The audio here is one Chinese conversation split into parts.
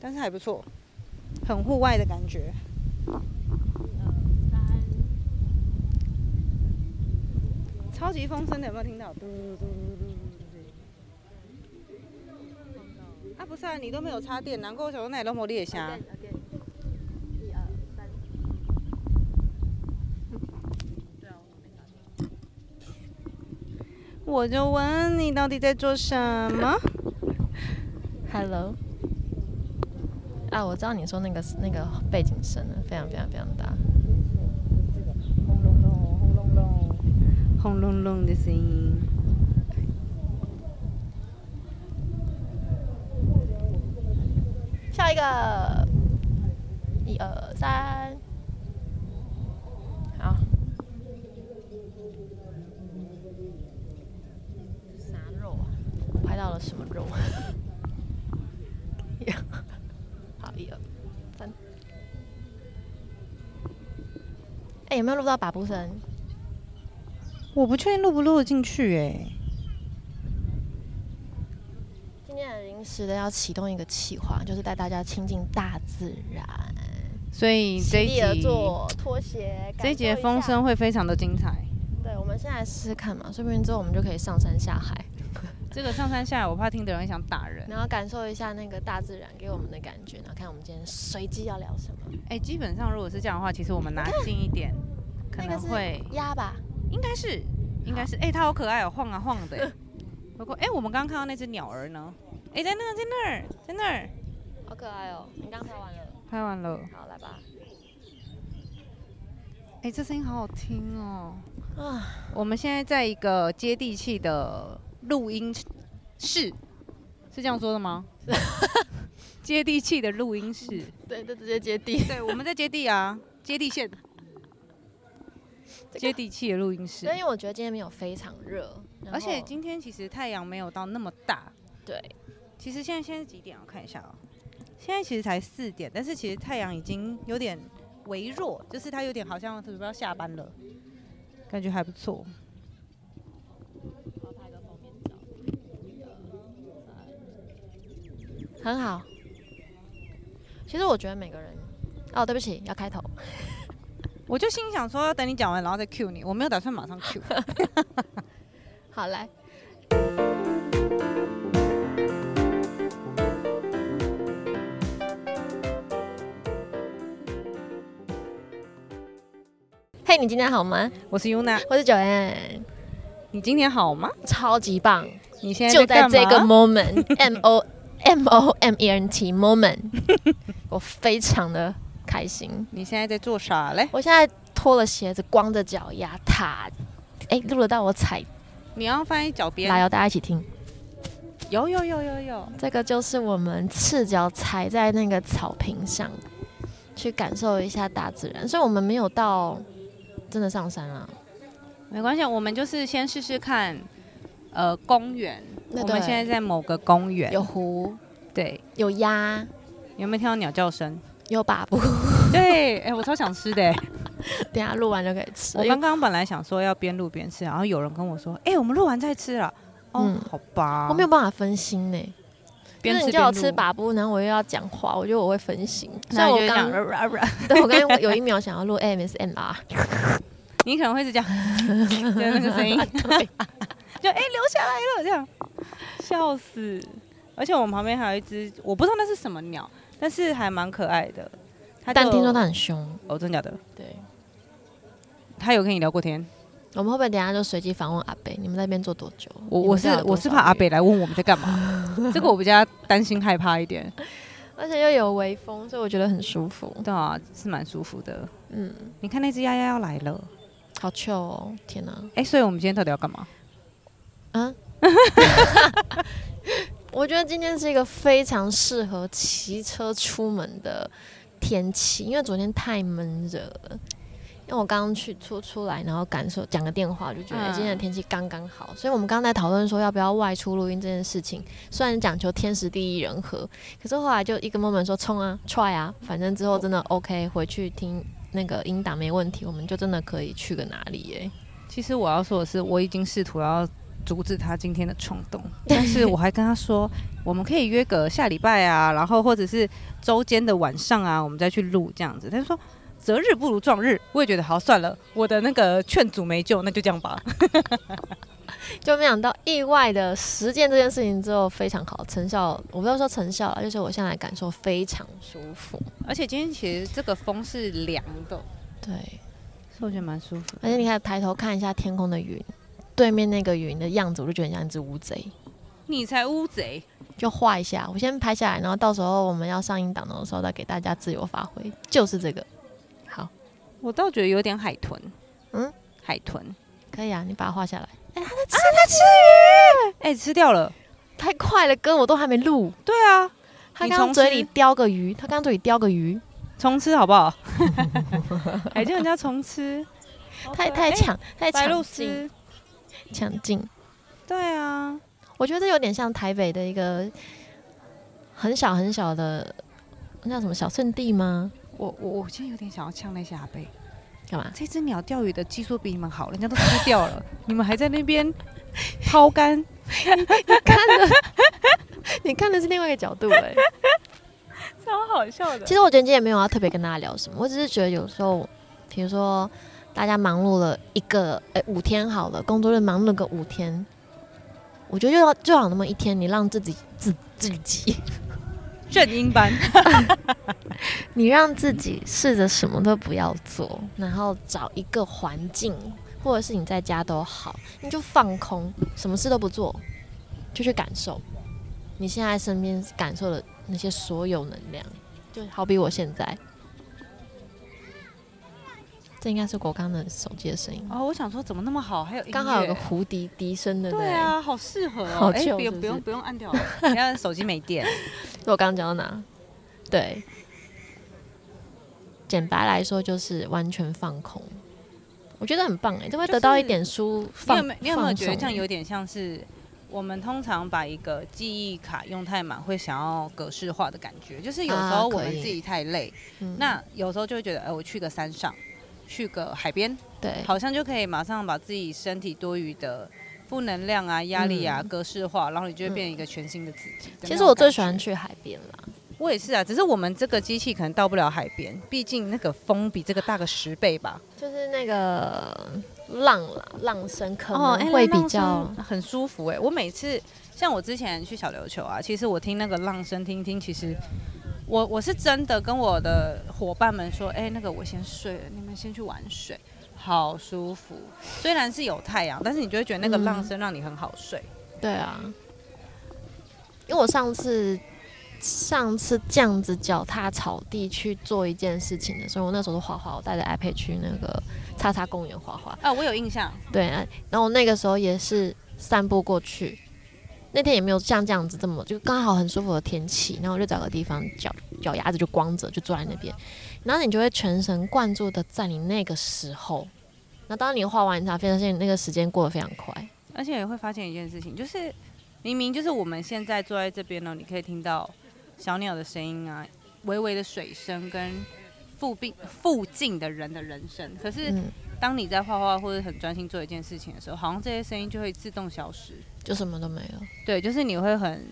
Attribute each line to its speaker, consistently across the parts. Speaker 1: 但是还不错，很户外的感觉。超级风声的有没有听到？嘟嘟嘟嘟嘟嘟。啊，不是啊，你都没有插电，难怪我想说那龙魔你也瞎。
Speaker 2: 一二三。对啊，我没打算
Speaker 1: 我就问你到底在做什么？
Speaker 3: Hello。啊，我知道你说那个那个背景声了，非常非常非常大。
Speaker 1: 轰隆隆，轰隆隆，轰隆隆的声音。
Speaker 3: 下一个，一二三，好，啥肉啊？拍到了什么肉？ 一二好，一二三。哎、有没有录到把布声？
Speaker 1: 我不确定录不录得进去哎、
Speaker 3: 今天临时的要启动一个企划，就是带大家亲近大自然，
Speaker 1: 所以这
Speaker 3: 席
Speaker 1: 一
Speaker 3: 地而
Speaker 1: 集
Speaker 3: 坐，拖鞋。
Speaker 1: 这一集的
Speaker 3: 感受
Speaker 1: 风
Speaker 3: 下
Speaker 1: 声会非常的精彩。
Speaker 3: 对，我们现在试试看嘛，说不定之后我们就可以上山下海，
Speaker 1: 这个上山下来，我怕听的人会想打人。
Speaker 3: 然后感受一下那个大自然给我们的感觉，然后看我们今天随机要聊什么。
Speaker 1: 哎、基本上如果是这样的话，其实我们拿近一点，可
Speaker 3: 那
Speaker 1: 能
Speaker 3: 个是
Speaker 1: 会
Speaker 3: 鸭吧，
Speaker 1: 应该是应该是。哎、它好可爱哦、晃啊晃的、欸。不过哎、我们刚刚看到那只鸟儿呢？哎、在那儿，在那儿，在那儿。
Speaker 3: 好可爱哦！你刚拍完了，
Speaker 1: 拍完了。
Speaker 3: 好来吧。
Speaker 1: 哎、这声音好好听哦、
Speaker 3: 啊，
Speaker 1: 我们现在在一个接地气的录音室，是这样说的 吗？接地气的录音室，
Speaker 3: 对，这直接接地。
Speaker 1: 对，我们在接地啊， 接地线，
Speaker 3: 个
Speaker 1: 接地气的录音室
Speaker 3: 所。以我觉得今天没有非常热，然
Speaker 1: 而且
Speaker 3: 后
Speaker 1: 今天其实太阳没有到那么大，
Speaker 3: 对
Speaker 1: 其实现在现在几点啊？我看一下哦、现在其实才四点，但是其实太阳已经有点微弱，就是它有点好像准备要下班了，感觉还不错。
Speaker 3: 很好。其实我觉得每个人，哦，对不起，要开头。
Speaker 1: 我就心想说要等你讲完，然后再 Q 你，我没有打算马上 Q。
Speaker 3: 好来，嘿你今天好吗？
Speaker 1: 我是 Yuna，
Speaker 3: 我是九 N，
Speaker 1: 你今天好吗？
Speaker 3: 超级棒！
Speaker 1: 你现在
Speaker 3: 就在
Speaker 1: 干嘛
Speaker 3: 这个 moment，M O M O M E N T moment，我非常的开心。
Speaker 1: 你现在在做啥嘞？
Speaker 3: 我现在脱了鞋子，光着脚丫踏，哎，录得到我踩，
Speaker 1: 你要放在脚
Speaker 3: 来
Speaker 1: 边？
Speaker 3: 哦，大家一起听。
Speaker 1: 有有有有有，
Speaker 3: 这个就是我们赤脚踩在那个草坪上，去感受一下大自然。所以我们没有到真的上山啊，
Speaker 1: 没关系，我们就是先试试看。呃，公园，
Speaker 3: 对
Speaker 1: 我们
Speaker 3: 对
Speaker 1: 现在在某个公园，
Speaker 3: 有湖，
Speaker 1: 对，
Speaker 3: 有鸭，
Speaker 1: 有没有听到鸟叫声？
Speaker 3: 有把布，
Speaker 1: 对，哎、我超想吃的、 哎
Speaker 3: 等一下录完就可以吃。
Speaker 1: 我刚刚本来想说要边录边吃，然后有人跟我说，哎、我们录完再吃啊。哦，
Speaker 3: 嗯
Speaker 1: 好吧，
Speaker 3: 我没有办法分心呢、就
Speaker 1: 边
Speaker 3: 是
Speaker 1: 吃
Speaker 3: 你叫我
Speaker 1: 边
Speaker 3: 吃
Speaker 1: 录，
Speaker 3: 把布，然后我又要讲话，我觉得我会分心。虽
Speaker 1: 然
Speaker 3: 然
Speaker 1: 后
Speaker 3: 我
Speaker 1: 就会
Speaker 3: 刚
Speaker 1: 讲，呃呃呃
Speaker 3: 对我刚刚有一秒想要录哎 MSMR，
Speaker 1: 你可能会是 这样，就是那个声音。
Speaker 3: 对，
Speaker 1: 就哎、流下来了这样，笑死！而且我们旁边还有一只，我不知道那是什么鸟，但是还蛮可爱的。它
Speaker 3: 但
Speaker 1: 就
Speaker 3: 听说他很凶，
Speaker 1: 哦，真的假的？
Speaker 3: 对。
Speaker 1: 它有跟你聊过天？
Speaker 3: 我们会不会等一下就随机访问阿北？你们在那边做多久？
Speaker 1: 我
Speaker 3: 你们
Speaker 1: 我是
Speaker 3: 家有多
Speaker 1: 我是
Speaker 3: 少
Speaker 1: 怕阿
Speaker 3: 人
Speaker 1: 北来问我们在干嘛， 这个我比较担心害怕一点。
Speaker 3: 而且又有微风，所以我觉得很舒服。
Speaker 1: 对啊，是蛮舒服的。
Speaker 3: 嗯，
Speaker 1: 你看那只丫丫要来了，
Speaker 3: 好 chill 哦！天哪，
Speaker 1: 哎、所以我们今天到底要干嘛？
Speaker 3: 我觉得今天是一个非常适合骑车出门的天气，因为昨天太闷热了。因为我刚刚去出出来，然后感受讲个电话，就觉
Speaker 1: 嗯
Speaker 3: 得、哎今天的天气刚刚好。所以我们刚刚在讨论说要不要外出录音这件事情，虽然讲求天时地利人和，可是后来就一个 moment 说冲啊，try 啊，反正之后真的 OK，回去听那个音档没问题，我们就真的可以去个哪里耶、
Speaker 1: 其实我要说的是，我已经试图要阻止他今天的冲动， 但是我还跟他说，我们可以约个下礼拜啊，然后或者是周间的晚上啊，我们再去录这样子。他就说择日不如撞日，我也觉得好算了，我的那个劝阻没救，那就这样吧。
Speaker 3: 就没想到意外的实践这件事情之后非常好，成效我不要说成效了，就是我现在感受非常舒服。
Speaker 1: 而且今天其实这个风是凉的，
Speaker 3: 对，
Speaker 1: 所以我觉得蛮舒服的。
Speaker 3: 而且你看抬头看一下天空的云，对面那个云的样子，我就觉得很像一只乌贼。
Speaker 1: 你才乌贼，
Speaker 3: 就画一下，我先拍下来，然后到时候我们要上音档的时候再给大家自由发挥，就是这个。好，
Speaker 1: 我倒觉得有点海豚，
Speaker 3: 嗯，
Speaker 1: 海豚，
Speaker 3: 可以啊，你把它画下来。
Speaker 1: 哎、吃掉了。
Speaker 3: 太快了，哥，我都还没录。
Speaker 1: 对啊，
Speaker 3: 他
Speaker 1: 你
Speaker 3: 刚刚
Speaker 1: 重
Speaker 3: 嘴里
Speaker 1: 吃
Speaker 3: 叼个鱼，他刚刚嘴里叼个鱼，
Speaker 1: 重吃好不 好？还叫人家重吃，
Speaker 3: 太太
Speaker 1: 强。哦
Speaker 3: 哎抢，太
Speaker 1: 哎白露
Speaker 3: 抢
Speaker 1: 丝，
Speaker 3: 镜，抢镜。
Speaker 1: 对啊，
Speaker 3: 我觉得有点像台北的一个很小很小的那叫什么小圣地吗？
Speaker 1: 我我我现在有点想要呛那些阿贝，
Speaker 3: 干嘛？
Speaker 1: 这只鸟钓鱼的技术比你们好，人家都吃掉了，你们还在那边抛竿，
Speaker 3: 看的，你看的是另外一个角度哎、
Speaker 1: 超好笑的
Speaker 3: 其实我觉得今天也没有要特别跟大家聊什么，我只是觉得有时候，比如说大家忙碌了一个哎、五天好了，工作日忙碌了个五天，我觉得就要就好那么一天，你让自己自自己，
Speaker 1: 正音班，
Speaker 3: 你让自己试着什么都不要做，然后找一个环境，或者是你在家都好，你就放空，什么事都不做，就去感受你现在身边感受的那些所有能量，就好比我现在。这应该是我刚刚的手机的声音，
Speaker 1: 哦，我想说怎么那么好，还有音乐
Speaker 3: 刚好有个胡笛笛声，对不
Speaker 1: 对啊，好适合哦，
Speaker 3: 好
Speaker 1: 哎，
Speaker 3: chill，
Speaker 1: 不
Speaker 3: 是
Speaker 1: 用
Speaker 3: 不是
Speaker 1: 不用不用按掉 了，人家手机没电，
Speaker 3: 我刚刚讲到哪？对，简白来说就是完全放空，我觉得很棒哎、就会
Speaker 1: 就
Speaker 3: 得到一
Speaker 1: 是
Speaker 3: 点舒
Speaker 1: 你
Speaker 3: 放
Speaker 1: 有没你有没有觉得这样？
Speaker 3: 放松
Speaker 1: 有点像是？我们通常把一个记忆卡用太满，会想要格式化的感觉，就是有时
Speaker 3: 啊
Speaker 1: 候我
Speaker 3: 可
Speaker 1: 们
Speaker 3: 以
Speaker 1: 自己太累，
Speaker 3: 嗯
Speaker 1: 那有时候就会觉得，哎、我去个山上，去个海边，
Speaker 3: 对
Speaker 1: 好像就可以马上把自己身体多余的负能量啊、压力啊、格式化，然后你就会变成一个全新的自己。
Speaker 3: 嗯其实我最喜
Speaker 1: 的那种
Speaker 3: 欢
Speaker 1: 感觉，
Speaker 3: 去海边啦，
Speaker 1: 我也是啊，只是我们这个机器可能到不了海边，毕竟那个风比这个大个十倍吧。
Speaker 3: 就是那个浪啦，浪声可
Speaker 1: 哦哎
Speaker 3: 能会比较
Speaker 1: 很舒服哎、我每次像我之前去小琉球啊，其实我听那个浪声听一听，其实。我我是真的跟我的伙伴们说，哎、那个我先睡了，你们先去玩水，好舒服。虽然是有太阳，但是你就会觉得那个
Speaker 3: 嗯
Speaker 1: 浪声让你很好睡。
Speaker 3: 对啊，因为我上次上次这样子脚踏草地去做一件事情的时候，我那时候是画画，我带着 iPad 去那个叉叉公园画画，
Speaker 1: 啊，我有印象，
Speaker 3: 对，啊然后我那个时候也是散步过去，那天也没有像这样子这么，就刚好很舒服的天气，然后我就找个地方脚脚丫子就光着，就坐在那边，然后你就会全神贯注的在你那个时候。那当你画完一场，发现那个时间过得非常快，
Speaker 1: 而且也会发现一件事情，就是明明就是我们现在坐在这边呢，你可以听到小鸟的声音啊，微微的水声跟附近附近的人的人声。可是
Speaker 3: 嗯，
Speaker 1: 当你在画画或者很专心做一件事情的时候，好像这些声音就会自动消失。
Speaker 3: 就什么都没有。
Speaker 1: 对，就是你会很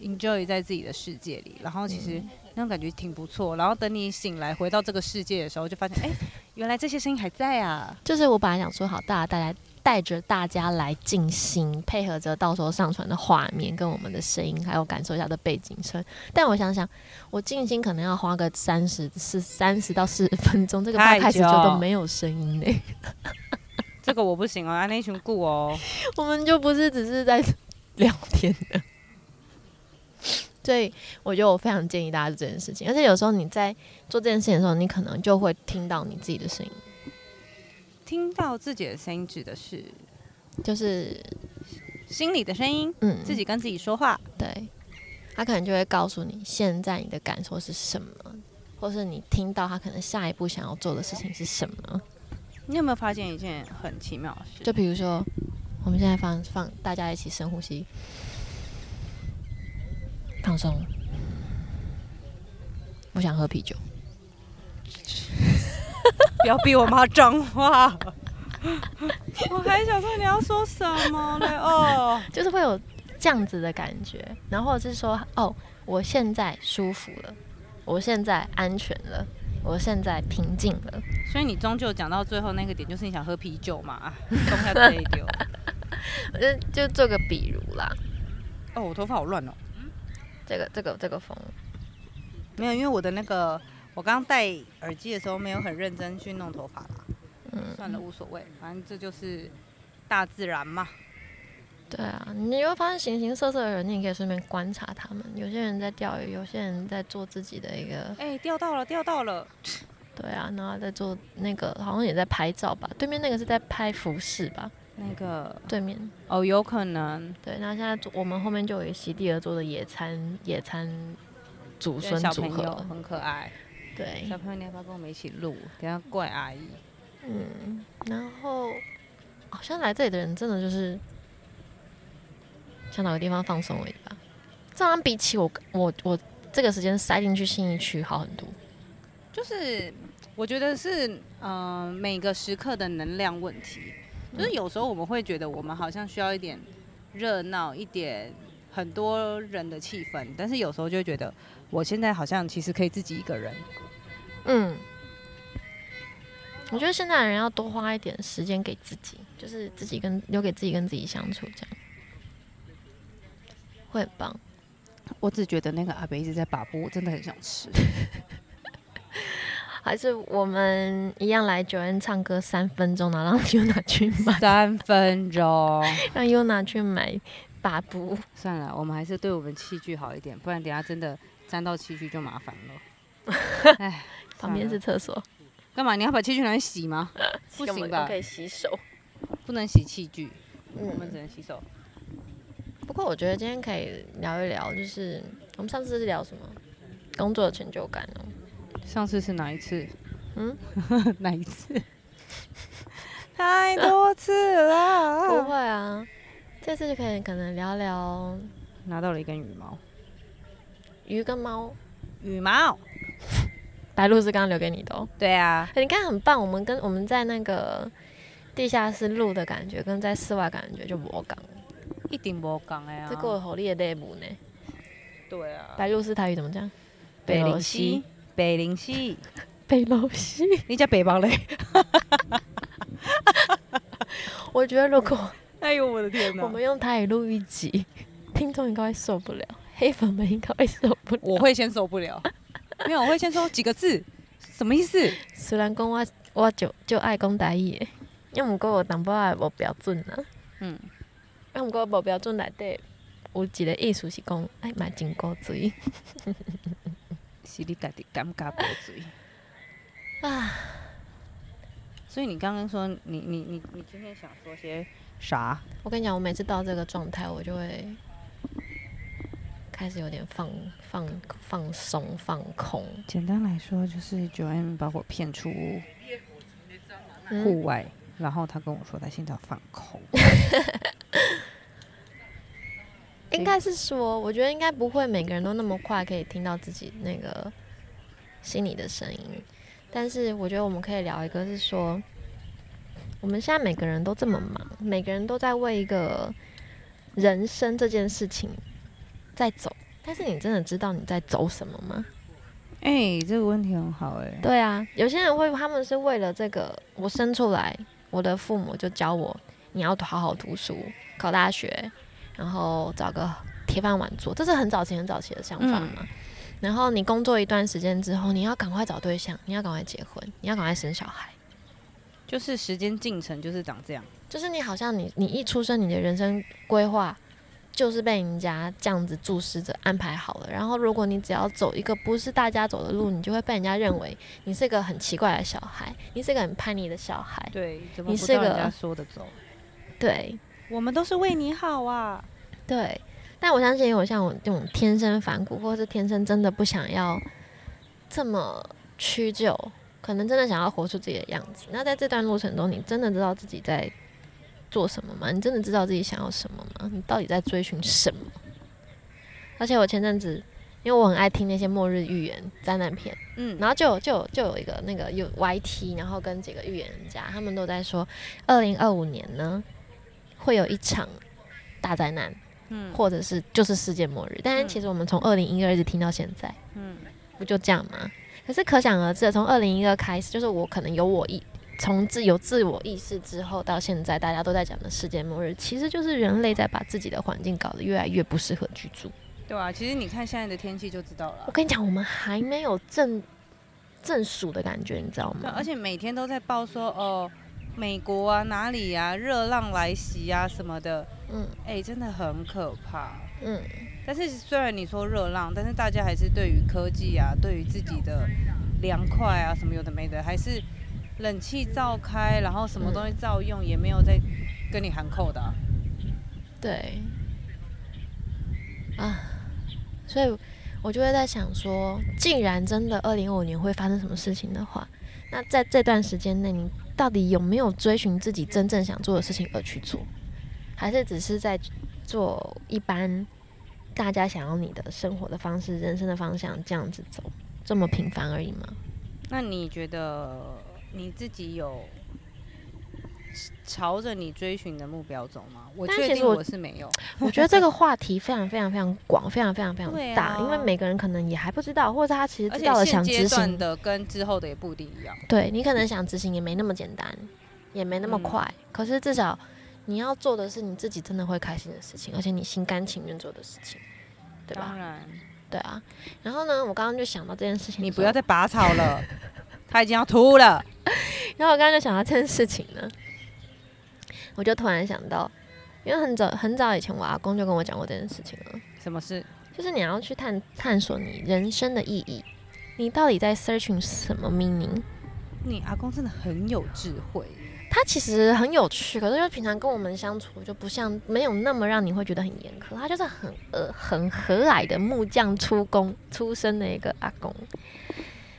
Speaker 1: enjoy 在自己的世界里，然后其实那种感觉挺不错。然后等你醒来回到这个世界的时候，就发现哎、原来这些声音还在啊。
Speaker 3: 就是我本来想说好，大家大家带着大家来静心，配合着到时候上传的画面跟我们的声音，还有感受一下的背景声。但我想想，我静心可能要花个三十四三十到四十分钟，这个
Speaker 1: 太
Speaker 3: 刚开始就
Speaker 1: 久
Speaker 3: 都没有声音嘞。
Speaker 1: 这个我不行哦，安内群顾哦。
Speaker 3: 我们就不是只是在聊天的。所以我觉得我非常建议大家做这件事情，而且有时候你在做这件事情的时候，你可能就会听到你自己的声音，
Speaker 1: 听到自己的声音指的是
Speaker 3: 就是
Speaker 1: 心里的声音，
Speaker 3: 嗯，
Speaker 1: 自己跟自己说话。
Speaker 3: 对，他可能就会告诉你现在你的感受是什么，或是你听到他可能下一步想要做的事情是什么。
Speaker 1: 你有没有发现一件很奇妙的事？
Speaker 3: 就比如说，我们现在放放大家一起深呼吸，放松。我想喝啤酒，
Speaker 1: 不要逼我妈脏话。 我还想说你要说什 么嘞？哦，
Speaker 3: 就是会有这样子的感觉，然后是说哦，我现在舒服了，我现在安全了，我现在平静了。
Speaker 1: 所以你终究讲到最后那个点，就是你想喝啤酒嘛？ 啊，放下这一丢。
Speaker 3: 我就就做个比如啦，
Speaker 1: 哦，我头发好乱哦。
Speaker 3: 这个这个这个风，
Speaker 1: 没有，因为我的那个，我刚戴耳机的时候没有很认真去弄头发啦。
Speaker 3: 嗯，
Speaker 1: 算了，无所谓，反正这就是大自然嘛。
Speaker 3: 对啊，你会发现形形色色的人，你也可以顺便观察他们。有些人在钓鱼，有些人在做自己的一个，
Speaker 1: 哎、钓到了，钓到了。
Speaker 3: 对啊，然后在做那个好像也在拍照吧。对面那个是在拍服饰吧？
Speaker 1: 那个
Speaker 3: 对面
Speaker 1: 哦，有可能
Speaker 3: 对，那现在做我们后面就有一个席地而坐的野餐野餐祖
Speaker 1: 对
Speaker 3: 孙
Speaker 1: 小
Speaker 3: 组
Speaker 1: 朋友
Speaker 3: 合，
Speaker 1: 很可爱。
Speaker 3: 对
Speaker 1: 小，朋友，你要不要跟我们一起录？等一下怪阿姨。
Speaker 3: 嗯，然后好像来这里的人真的就是想找个地方放松而已吧。这样比起我我我这个时间塞进去信义区好很多，
Speaker 1: 就是我觉得是嗯、呃每个时刻的能量问题，就是有时候我们会觉得我们好像需要一点热闹，一点很多人的气氛，但是有时候就会觉得我现在好像其实可以自己一个人。
Speaker 3: 嗯。我觉得现在的人要多花一点时间给自己，就是自己跟留给自己跟自己相处，这样会很棒。
Speaker 1: 我只觉得那个阿北一直在把布，我真的很想吃。
Speaker 3: 还是我们一样来九恩唱歌三分钟，然后让 Yuna 去买，
Speaker 1: 三分钟，
Speaker 3: 让 Yuna 去买把布。
Speaker 1: 算了，我们还是对我们器具好一点，不然等一下真的沾到器具就麻烦了。哎，
Speaker 3: 旁边是
Speaker 1: 算了
Speaker 3: 厕所，
Speaker 1: 干嘛？你要把器具拿去洗吗？不
Speaker 3: 干嘛
Speaker 1: 行吧
Speaker 3: 都可以洗手。
Speaker 1: 不能洗器具，我们
Speaker 3: 嗯，
Speaker 1: 只能洗手。
Speaker 3: 不过我觉得今天可以聊一聊，就是我们上次是聊什么？工作的成就感哦。
Speaker 1: 上次是哪一次？
Speaker 3: 嗯，
Speaker 1: 哪一次？ 太多次了。
Speaker 3: 不会啊，这次就可以可能聊聊
Speaker 1: 拿到了一根羽毛，
Speaker 3: 鱼跟猫。
Speaker 1: 羽毛。
Speaker 3: 白鹭是刚刚留给你的哦。
Speaker 1: 对啊，
Speaker 3: 欸你看很棒，我们跟我们在那个地下室录的感觉，跟在室外感觉就无同。
Speaker 1: 一顶无讲的啊。
Speaker 3: 这个好厉害的舞呢。
Speaker 1: 对啊，
Speaker 3: 白鹭是台语怎么讲？
Speaker 1: 北
Speaker 3: 楼
Speaker 1: 灵溪，，北灵溪，
Speaker 3: 北楼西。
Speaker 1: 你叫北方嘞？
Speaker 3: 我觉得如果
Speaker 1: 哎呦我的天
Speaker 3: 我们用台语录一集，听众应该会受不了，黑粉们应该会受不了。
Speaker 1: 我会先受不了，没有，我会先说几个字，什么意思？
Speaker 3: 虽然讲我我就就爱讲台语的，因为毋过有淡薄仔无标准啊。
Speaker 1: 嗯，
Speaker 3: 啊，毋过无标准内底有一个意思是讲爱买真古锥。
Speaker 1: 是你家己感觉无罪。
Speaker 3: 啊，
Speaker 1: 所以你刚刚说你你你你今天想说些啥？
Speaker 3: 我跟你讲，我每次到这个状态，我就会开始有点放放放松放空。
Speaker 1: 简单来说，就是九 M 把我骗出
Speaker 3: 嗯
Speaker 1: 户外，然后他跟我说他现在要放空。
Speaker 3: 应该是说，我觉得应该不会每个人都那么快可以听到自己那个心里的声音，但是我觉得我们可以聊一个，是说我们现在每个人都这么忙，每个人都在为一个人生这件事情在走，但是你真的知道你在走什么吗？
Speaker 1: 哎、这个问题很好哎、
Speaker 3: 对啊，有些人会，他们是为了这个，我生出来，我的父母就教我，你要好好读书，考大学，然后找个铁饭碗做，这是很早期、很早期的想法嘛。然后你工作一段时间之后，你要赶快找对象，你要赶快结婚，你要赶快生小孩。
Speaker 1: 就是时间进程就是长这样。
Speaker 3: 就是你好像你你一出生，你的人生规划就是被人家这样子注视着安排好了。然后如果你只要走一个不是大家走的路，你就会被人家认为你是个很奇怪的小孩，你是个很叛逆的小孩。
Speaker 1: 对，怎
Speaker 3: 你
Speaker 1: 么不
Speaker 3: 是
Speaker 1: 照人
Speaker 3: 个
Speaker 1: 家说的走？
Speaker 3: 对
Speaker 1: 我们都是为你好啊。
Speaker 3: 对，但我相信也有像我这种天生反骨，或是天生真的不想要这么屈就，可能真的想要活出自己的样子。那在这段路程中，你真的知道自己在做什么吗？你真的知道自己想要什么吗？你到底在追寻什么？而且我前阵子，因因为我很爱听那些末日预言灾难片。
Speaker 1: 嗯，
Speaker 3: 然后就有就有就有一个那个有 YT，然后跟几个预言家，他们都在说，二零二五年呢会有一场大灾难，
Speaker 1: 嗯
Speaker 3: 或者是就是世界末日。但是
Speaker 1: 嗯
Speaker 3: 其实我们从二零一二一直听到现在，
Speaker 1: 嗯
Speaker 3: 不就这样吗？可是可想而知的，从二零一二开始，就是我可能有我意，从自有自我意识之后到现在，大家都在讲的世界末日，其实就是人类在把自己的环境搞得越来越不适合居住。
Speaker 1: 对啊，其实你看现在的天气就知道了
Speaker 3: 我。跟你讲，我们还没有正正暑的感觉，你知道
Speaker 1: 对，啊
Speaker 3: 吗？
Speaker 1: 而且每天都在报说哦，美国啊哪里啊热浪来袭啊什么的，
Speaker 3: 嗯
Speaker 1: 哎、真的很可怕。
Speaker 3: 嗯。
Speaker 1: 但是虽然你说热浪，但是大家还是对于科技啊，对于自己的凉快啊什么有的没的，还是冷气照开，然后什么东西照用，也没有在跟你喊扣的啊、
Speaker 3: 对，啊，所以我就会在想说，既然真的二零五年会发生什么事情的话，那在这段时间内，你到底有没有追寻自己真正想做的事情而去做，还是只是在做一般大家想要你的生活的方式、人生的方向这样子走，这么平凡而已吗？
Speaker 1: 那你觉得你自己有朝着你追寻的目标走吗？我
Speaker 3: 但
Speaker 1: 确
Speaker 3: 其实
Speaker 1: 定
Speaker 3: 我
Speaker 1: 我是没有。
Speaker 3: 我觉得这个话题非常非常非常广，非常非常非常
Speaker 1: 对
Speaker 3: 大，因为
Speaker 1: 啊
Speaker 3: 每个人可能也还不知道，或者他其实
Speaker 1: 而
Speaker 3: 知
Speaker 1: 且
Speaker 3: 道了
Speaker 1: 现
Speaker 3: 想
Speaker 1: 阶
Speaker 3: 执
Speaker 1: 段
Speaker 3: 行，
Speaker 1: 的跟之后的也不一定一样。
Speaker 3: 对你可能想执行也没那么简单，也没那么
Speaker 1: 嗯
Speaker 3: 快，可是至少你要做的是你自己真的会开心的事情，而且你心甘情愿做的事情，对
Speaker 1: 当
Speaker 3: 吧？
Speaker 1: 然，
Speaker 3: 对啊。然后呢，我刚刚就想到这件事情，
Speaker 1: 你不要。再拔草了，它已经要秃了。
Speaker 3: 然后我刚刚就想到这件事情呢，我就突然想到，因为很早很早以前，我阿公就跟我讲过这件事情了。
Speaker 1: 什么事？
Speaker 3: 就是你要去探探索你人生的意义，你到底在 searching 什么 meaning？
Speaker 1: 你阿公真的很有智慧。
Speaker 3: 它其实很有趣，可是就平常跟我们相处就不像没有那么让你会觉得很严苛，他就是很呃很和蔼的木匠出工出身的一个阿公。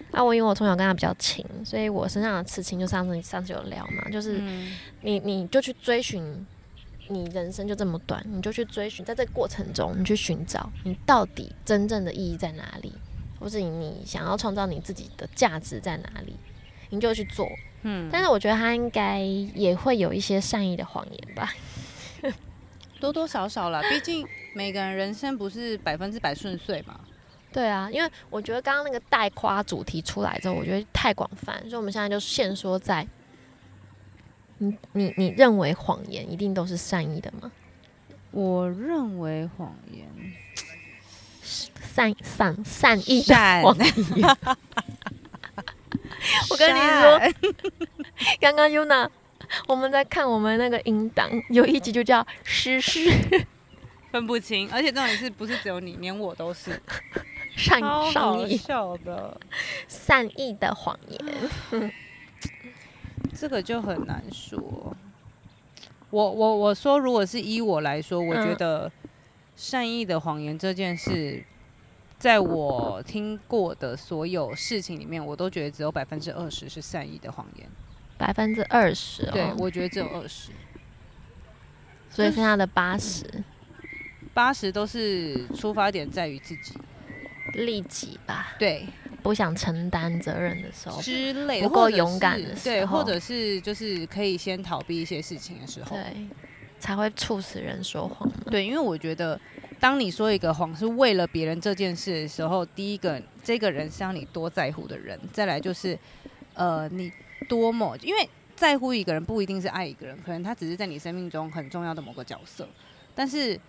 Speaker 3: 啊，我因为我从小跟他比较亲，所以我身上的刺青就上次上次有聊嘛，就是
Speaker 1: 嗯，
Speaker 3: 你你就去追寻，你人生就这么短，你就去追寻，在这个过程中，你去寻找你到底真正的意义在哪里，或是你想要创造你自己的价值在哪里，你就去做。
Speaker 1: 嗯
Speaker 3: 但是我觉得他应该也会有一些善意的谎言吧。
Speaker 1: 多多少少啦，毕竟每个人人生不是百分之百顺遂嘛。
Speaker 3: 对啊，因为我觉得刚刚那个带夸主题出来之后，我觉得太广泛，所以我们现在就限缩在你你你认为谎言一定都是善意的吗？
Speaker 1: 我认为谎言
Speaker 3: 善善善 意的
Speaker 1: 善，
Speaker 3: 谎 我跟你说，刚刚 Yuna，我们在看我们那个音档，有一集就叫“失事
Speaker 1: 分不清，而且重点是不是只有你，连我都是，
Speaker 3: 善
Speaker 1: 超
Speaker 3: 善
Speaker 1: 好
Speaker 3: 意
Speaker 1: 笑的。
Speaker 3: 善意的谎言
Speaker 1: 这个就很难说。我我我说，如果是依我来说，我觉
Speaker 3: 嗯
Speaker 1: 得善意的谎言这件事，在我听过的所有事情里面，我都觉得只有百分之二十是善意的谎言。”，
Speaker 3: 百分之二十
Speaker 1: 对，
Speaker 3: 哦，
Speaker 1: 我觉得只有二十，
Speaker 3: 所以剩下的八十
Speaker 1: 八十都是出发点在于自己，
Speaker 3: 哦利己吧，
Speaker 1: 对
Speaker 3: 不想承担责任的时候，
Speaker 1: 之类的，
Speaker 3: 不够
Speaker 1: 或者是
Speaker 3: 勇敢的时
Speaker 1: 对，
Speaker 3: 候
Speaker 1: 或者是就是可以先逃避一些事情的时候，
Speaker 3: 对，才会促使人说谎嘛。
Speaker 1: 对，因为我觉得，当你说一个谎是为了别人这件事的时候，第一个，这个人是让你多在乎的人；再来就是，呃，你多么因为在乎一个人不一定是爱一个人，可能他只是在你生命中很重要的某个角色。但是，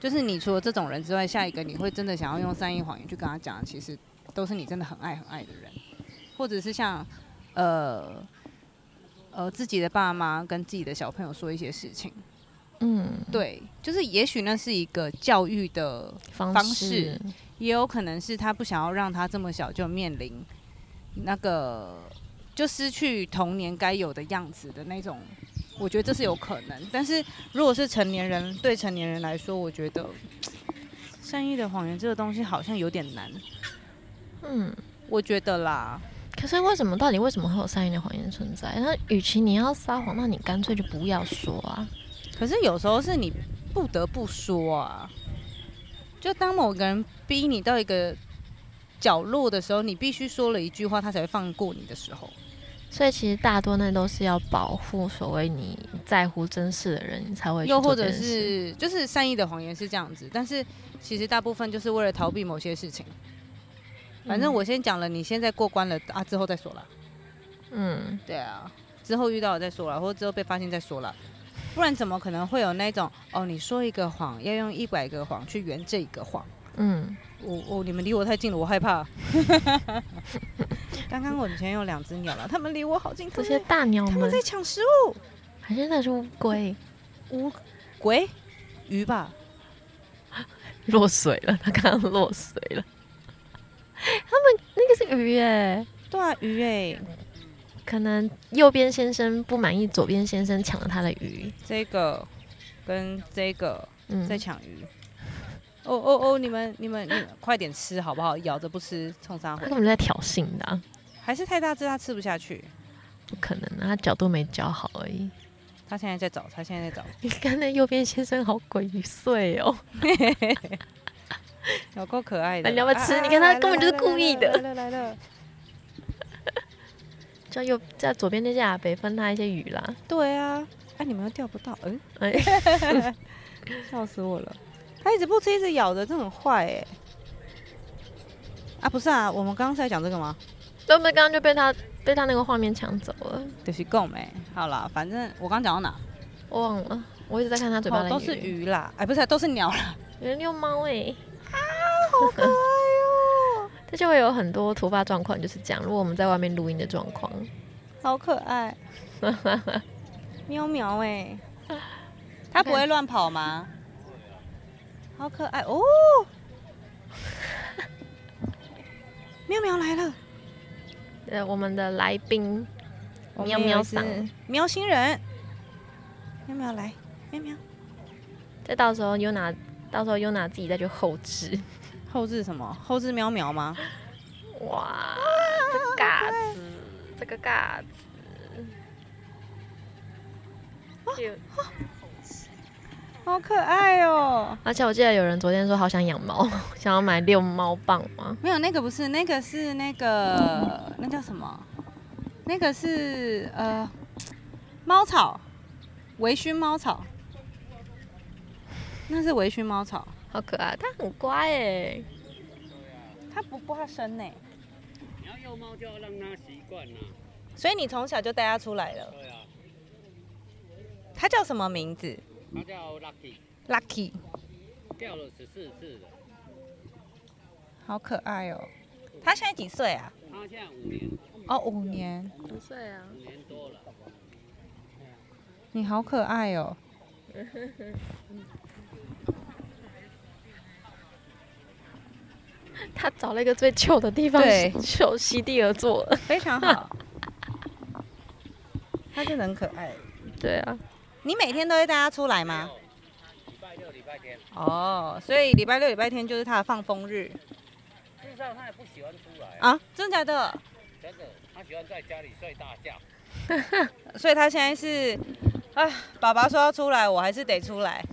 Speaker 1: 就是你除了这种人之外，下一个你会真的想要用善意谎言去跟他讲的，其实都是你真的很爱很爱的人，或者是像，呃。呃，自己的爸妈跟自己的小朋友说一些事情，
Speaker 3: 嗯，
Speaker 1: 对，就是也许那是一个教育的，
Speaker 3: 方
Speaker 1: 方式也有可能是他不想要让他这么小就面临那个就失去童年该有的样子的那种。我觉得这是有可能，但是如果是成年人，对成年人来说，我觉得善意的谎言这个东西好像有点难，
Speaker 3: 嗯。
Speaker 1: 我觉得啦。
Speaker 3: 可是为什么？到底为什么会有善意的谎言存在？那与其你要撒谎，那你干脆就不要说啊。
Speaker 1: 可是有时候是你不得不说啊，就当某个人逼你到一个角落的时候，你必须说了一句话，他才会放过你的时候。
Speaker 3: 所以其实大多那都是要保护所谓你在乎真事的人，你才会去
Speaker 1: 又
Speaker 3: 做
Speaker 1: 或
Speaker 3: 这
Speaker 1: 者
Speaker 3: 件事
Speaker 1: 是就是善意的谎言是这样子，但是其实大部分就是为了逃避某些事情。反正我先讲了，你现在过关了啊，之后再说了。
Speaker 3: 嗯
Speaker 1: 对啊，之后遇到了再说了，或者之后被发现再说了，不然怎么可能会有那种哦？你说一个谎，要用一百个谎去圆这一个谎。
Speaker 3: 嗯，
Speaker 1: 我我、你们离我太近了，我害 怕。刚刚我前面有两只鸟了，它们离我好近，它
Speaker 3: 这
Speaker 1: 们
Speaker 3: 些大鸟
Speaker 1: 它
Speaker 3: 们
Speaker 1: 们在抢食物。
Speaker 3: 还是那是乌龟
Speaker 1: 乌龟鱼吧，
Speaker 3: 落水了，它刚刚落水了。他们那个是鱼耶，
Speaker 1: 对啊，鱼哎、
Speaker 3: 可能右边先生不满意，左边先生抢了他的鱼。
Speaker 1: 这个跟这个
Speaker 3: 嗯，
Speaker 1: 在抢鱼。哦哦哦！你们你们你们快点吃好不好？咬着不吃，冲上
Speaker 3: 他
Speaker 1: 回
Speaker 3: 根本就在挑衅的啊、
Speaker 1: 还是太大只，它吃不下去。
Speaker 3: 不可能啊，他角度没教好而已。
Speaker 1: 它现在在找，它现在在找，
Speaker 3: 你看那右边先生好鬼祟哦，
Speaker 1: 有够可爱的。
Speaker 3: 那你要不要吃
Speaker 1: 啊啊
Speaker 3: 你看它
Speaker 1: 来了
Speaker 3: 根本就是
Speaker 1: 来了
Speaker 3: 故意的
Speaker 1: 来了来了来了。
Speaker 3: 叫右在左边那些阿北分他一些鱼啦。
Speaker 1: 对啊，哎，你们又钓不到，嗯，
Speaker 3: 哎，
Speaker 1: 笑死我了。它一直不吃，一直咬着，这很坏哎。啊，不是啊，我们刚刚是在讲这个吗？
Speaker 3: 他们刚刚就被他被他那个画面抢走了，
Speaker 1: 就是够没，好啦，反正我刚讲到哪，
Speaker 3: 我忘了，我一直在看他嘴巴
Speaker 1: 哦
Speaker 3: 的
Speaker 1: 都是，鱼啦，哎，不是，都是鸟啦，
Speaker 3: 有人遛猫哎。
Speaker 1: 好可爱哦，
Speaker 3: 这就会有很多突发状况，就是这样。如果我们在外面录音的状况，
Speaker 1: 好可 爱，喵喵哎，它不会乱跑吗？好可爱 哦，喵喵来了，
Speaker 3: 呃，我们的来宾
Speaker 1: 我
Speaker 3: 喵
Speaker 1: 们有
Speaker 3: 喵
Speaker 1: 一只
Speaker 3: 嗓，
Speaker 1: 喵星人，喵喵来，喵喵，
Speaker 3: 再到时候 Yuna，到时候 Yuna 自己再去后置。
Speaker 1: 后置什么？后置喵喵吗？
Speaker 3: 哇，这嘎子，这个嘎子。就
Speaker 1: 好可爱哦，
Speaker 3: 而且我记得有人昨天说好想养猫， 想要买遛猫棒吗？
Speaker 1: 没有，那个不是，那个是那个那叫什么？那个是呃猫草，微醺猫草，那是微醺猫草，
Speaker 3: 好可爱，它很乖哎。
Speaker 1: 它不挂身呢，
Speaker 4: 你要幼猫就要让它习惯呐。
Speaker 1: 所以你从小就带它出来了。
Speaker 4: 对啊，
Speaker 1: 它叫什么名字
Speaker 4: 它叫 Lucky，
Speaker 1: ？Lucky，
Speaker 4: 掉了十四次了。
Speaker 1: 好可爱哦。它现在几岁啊？
Speaker 4: 它现在五年，
Speaker 1: 哦，五年。
Speaker 3: 几岁啊？
Speaker 4: 五年多了。
Speaker 1: 你好可爱 哦。
Speaker 3: 他找了一个最旧的地方
Speaker 1: 对，
Speaker 3: 就席地而坐了。
Speaker 1: 非常好。它真的很可爱。
Speaker 3: 对啊，
Speaker 1: 你每天都会带它出来吗？
Speaker 4: 礼拜六、礼拜天，
Speaker 1: 哦，所以礼拜六、礼拜天就是它的放风日
Speaker 4: 事实上它也不喜欢出来、啊，
Speaker 1: 啊？真的假的？
Speaker 4: 真的，它喜欢在家里睡大觉。
Speaker 1: 所以它现在是，啊，爸爸说要出来，我还是得出来，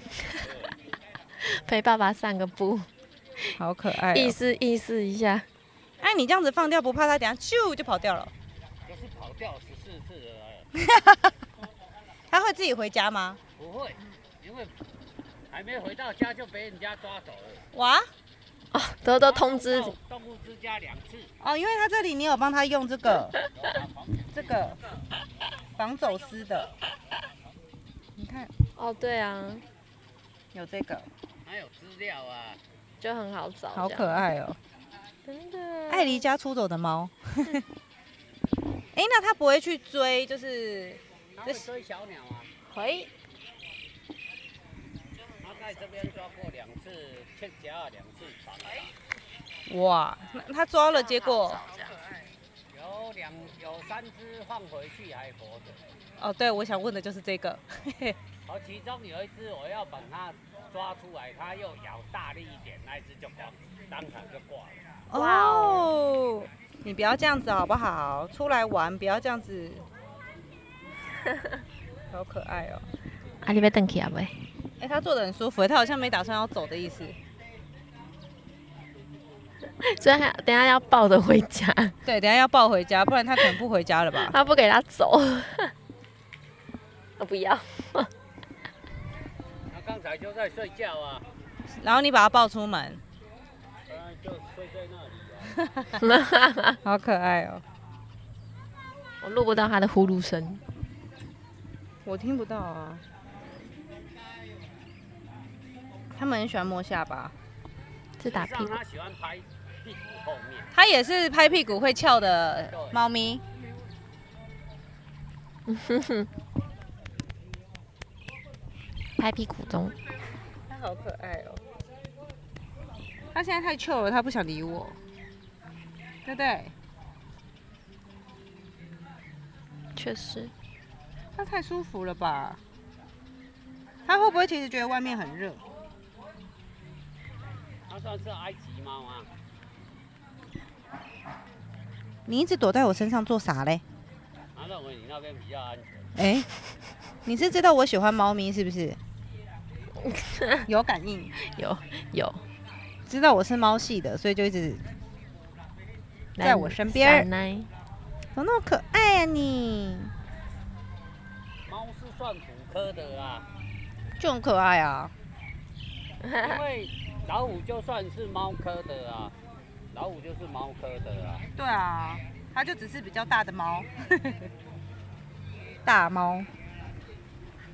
Speaker 3: 陪爸爸散个步，
Speaker 1: 好可爱哦
Speaker 3: 意思意思一下。
Speaker 1: 哎，你这样子放掉不怕它等下咻就跑掉了？
Speaker 4: 可是跑掉十四次了，
Speaker 1: 它会自己回家吗？
Speaker 4: 不会，因为还没回到家就被人家抓走了。
Speaker 1: 哇，
Speaker 3: 哦，得到 通知
Speaker 4: 它送到动物之家两次，
Speaker 1: 哦，因为它这里你有帮它用这个， 这个防走私的，你看
Speaker 3: 哦，对啊，
Speaker 1: 有这个，
Speaker 4: 还有资料啊。
Speaker 3: 就很好找，
Speaker 1: 好可，爱哦，
Speaker 3: 真的。
Speaker 1: 爱离家出走的猫。 哎、那它不会去追，就是
Speaker 4: 它会追小鸟啊，
Speaker 3: 回
Speaker 4: 它在这边抓过两次欠夹，两次绑，
Speaker 1: 哇，那它抓了，结果
Speaker 4: 有两有三只放回去还活着。
Speaker 1: 哦，对，我想问的就是这个。
Speaker 4: 而其中有一只我要把它抓出来，它又咬大力一点，那一只就挂，当场就挂 了。
Speaker 1: 哇哦！你不要这样子好不好？出来玩不要这样子， 好可爱哦、
Speaker 3: 啊，你被邓起啊喂，
Speaker 1: 哎、它坐得很舒服，它好像没打算要走的意思。
Speaker 3: 所以他等一下要抱着回家，
Speaker 1: 对，等一下要抱回家，不然他可能不回家了 吧？
Speaker 3: 他不给他走。 啊我不要，
Speaker 4: 他刚才就在睡觉啊，
Speaker 1: 然后你把他抱出门，
Speaker 4: 他就睡在那里啊。
Speaker 1: 好可爱哦、
Speaker 3: 我录不到他的呼噜声。
Speaker 1: 我听不到啊。他们很喜欢摸下巴，
Speaker 3: 是打屁
Speaker 4: 让
Speaker 3: 股，
Speaker 4: 他喜欢拍屁股后面，
Speaker 1: 它也是拍屁股会翘的猫咪。
Speaker 3: 拍屁股中。
Speaker 1: 它好可爱哦、它现在太臭了，它不想理我，对不对？
Speaker 3: 确实，
Speaker 1: 它太舒服了吧？它会不会其实觉得外面很热？
Speaker 4: 他算是埃及猫啊。
Speaker 1: 你一直躲在我身上做啥嘞？
Speaker 4: 他啊认为你那边比较安全。
Speaker 1: 哎、你是知道我喜欢猫咪是不 是？有感应，
Speaker 3: 有有
Speaker 1: 知道我是猫系的，所以就一直在我身边儿
Speaker 3: 奶奶
Speaker 1: 怎么那么可爱呀、你？
Speaker 4: 猫是算骨科的啊，
Speaker 1: 就很可爱啊。
Speaker 4: 因为老虎就算是猫科的啊，老虎就是猫科的啊。
Speaker 1: 对啊，它就只是比较大的猫， 大猫。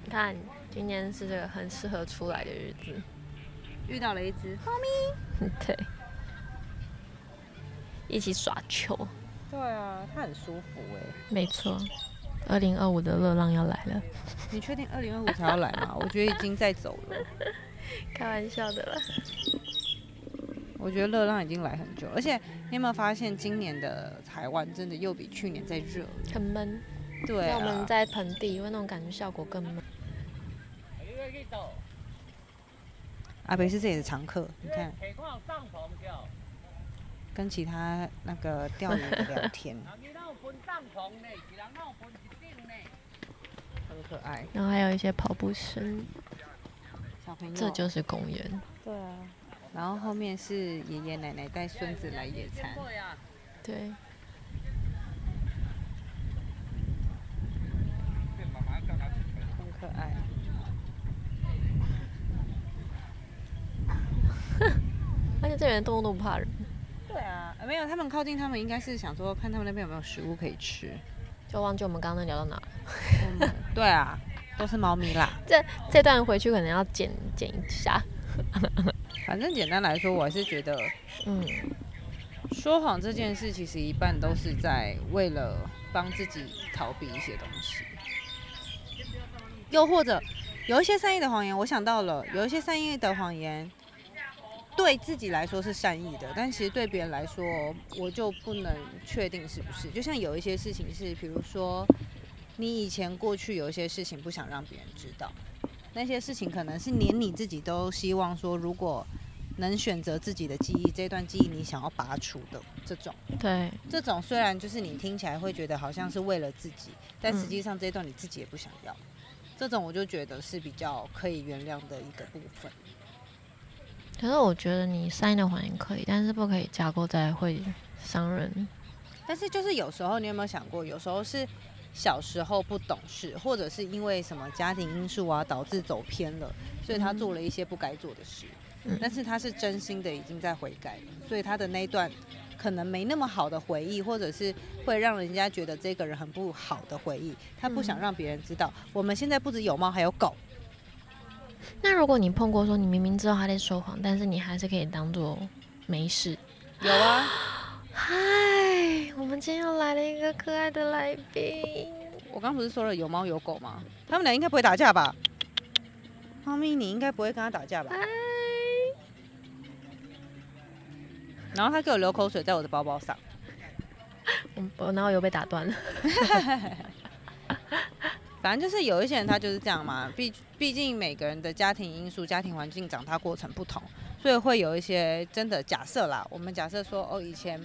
Speaker 3: 你看，今天是这个很适合出来的日子。
Speaker 1: 遇到了一只猫咪。
Speaker 3: 对，一起耍球，
Speaker 1: 对啊，它很舒服哎、
Speaker 3: 没错。二零二五的热浪要来了，
Speaker 1: 你确定二零二五才要来 吗？我觉得已经在走了。
Speaker 3: 开玩笑的啦。
Speaker 1: 我觉得热浪已经来很久，而且你有没有发现今年的台湾真的又比去年再热？
Speaker 3: 很闷，
Speaker 1: 对、
Speaker 3: 那
Speaker 1: 啊，
Speaker 3: 我们在盆地，因为那种感觉效果更闷。
Speaker 4: 你要去走，
Speaker 1: 阿北是这里的常客，你看
Speaker 4: 铁矿帐篷叫，
Speaker 1: 跟其他那个钓鱼的聊天，
Speaker 4: 人家那有分帐篷呢，一人那有分一顶呢。
Speaker 1: 很可爱。
Speaker 3: 然后还有一些跑步声，
Speaker 1: 小朋友，
Speaker 3: 这就是公园。
Speaker 1: 对啊。然后后面是爷爷奶奶带孙子来野餐，
Speaker 4: 对啊，
Speaker 3: 对，
Speaker 1: 很可爱。
Speaker 3: 而且这里的动物都不怕人，
Speaker 1: 对啊，呃没有，他们靠近他们应该是想说看他们那边有没有食物可以吃。
Speaker 3: 就忘记我们刚刚聊到哪。
Speaker 1: 我们对啊，都是猫咪啦。
Speaker 3: 这这段回去可能要剪剪一下。
Speaker 1: 反正简单来说，我还是觉得
Speaker 3: 嗯，
Speaker 1: 说谎这件事，其实一半都是在为了帮自己逃避一些东西，又或者有一些善意的谎言，我想到了，有一些善意的谎言对自己来说是善意的，但其实对别人来说，我就不能确定是不是。就像有一些事情是，比如说你以前过去有一些事情不想让别人知道，那些事情可能是连你自己都希望说，如果能选择自己的记忆，这段记忆你想要拔除的这种，
Speaker 3: 对，
Speaker 1: 这种虽然就是你听起来会觉得好像是为了自己，但实际上这一段你自己也不想要，这种我就觉得是比较可以原谅的一个部分。
Speaker 3: 可是我觉得你善意的谎言可以，但是不可以架构在会伤人。
Speaker 1: 但是就是有时候你有没有想过，有时候是小时候不懂事，或者是因为什么家庭因素啊，导致走偏了，所以他做了一些不该做的事。
Speaker 3: 嗯
Speaker 1: 但是他是真心的，已经在悔改了，所以他的那一段可能没那么好的回忆，或者是会让人家觉得这个人很不好的回忆，他不想让别人知道。我们现在不止有猫，还有狗。
Speaker 3: 那如果你碰过说你明明知道他在说谎，但是你还是可以当做没事。
Speaker 1: 有啊，
Speaker 3: 嗨，我们今天又来了一个可爱的来宾，
Speaker 1: 我刚不是说了有猫有狗吗？他们俩应该不会打架吧？猫咪，你应该不会跟他打架吧？
Speaker 3: 嗨，
Speaker 1: 然后他给我流口水在我的包包上。
Speaker 3: 我嗯我然后又被打断了。
Speaker 1: 反正就是有一些人他就是这样嘛，毕毕竟每个人的家庭因素、家庭环境、长大过程不同，所以会有一些真的假设啦。我们假设说，哦，以前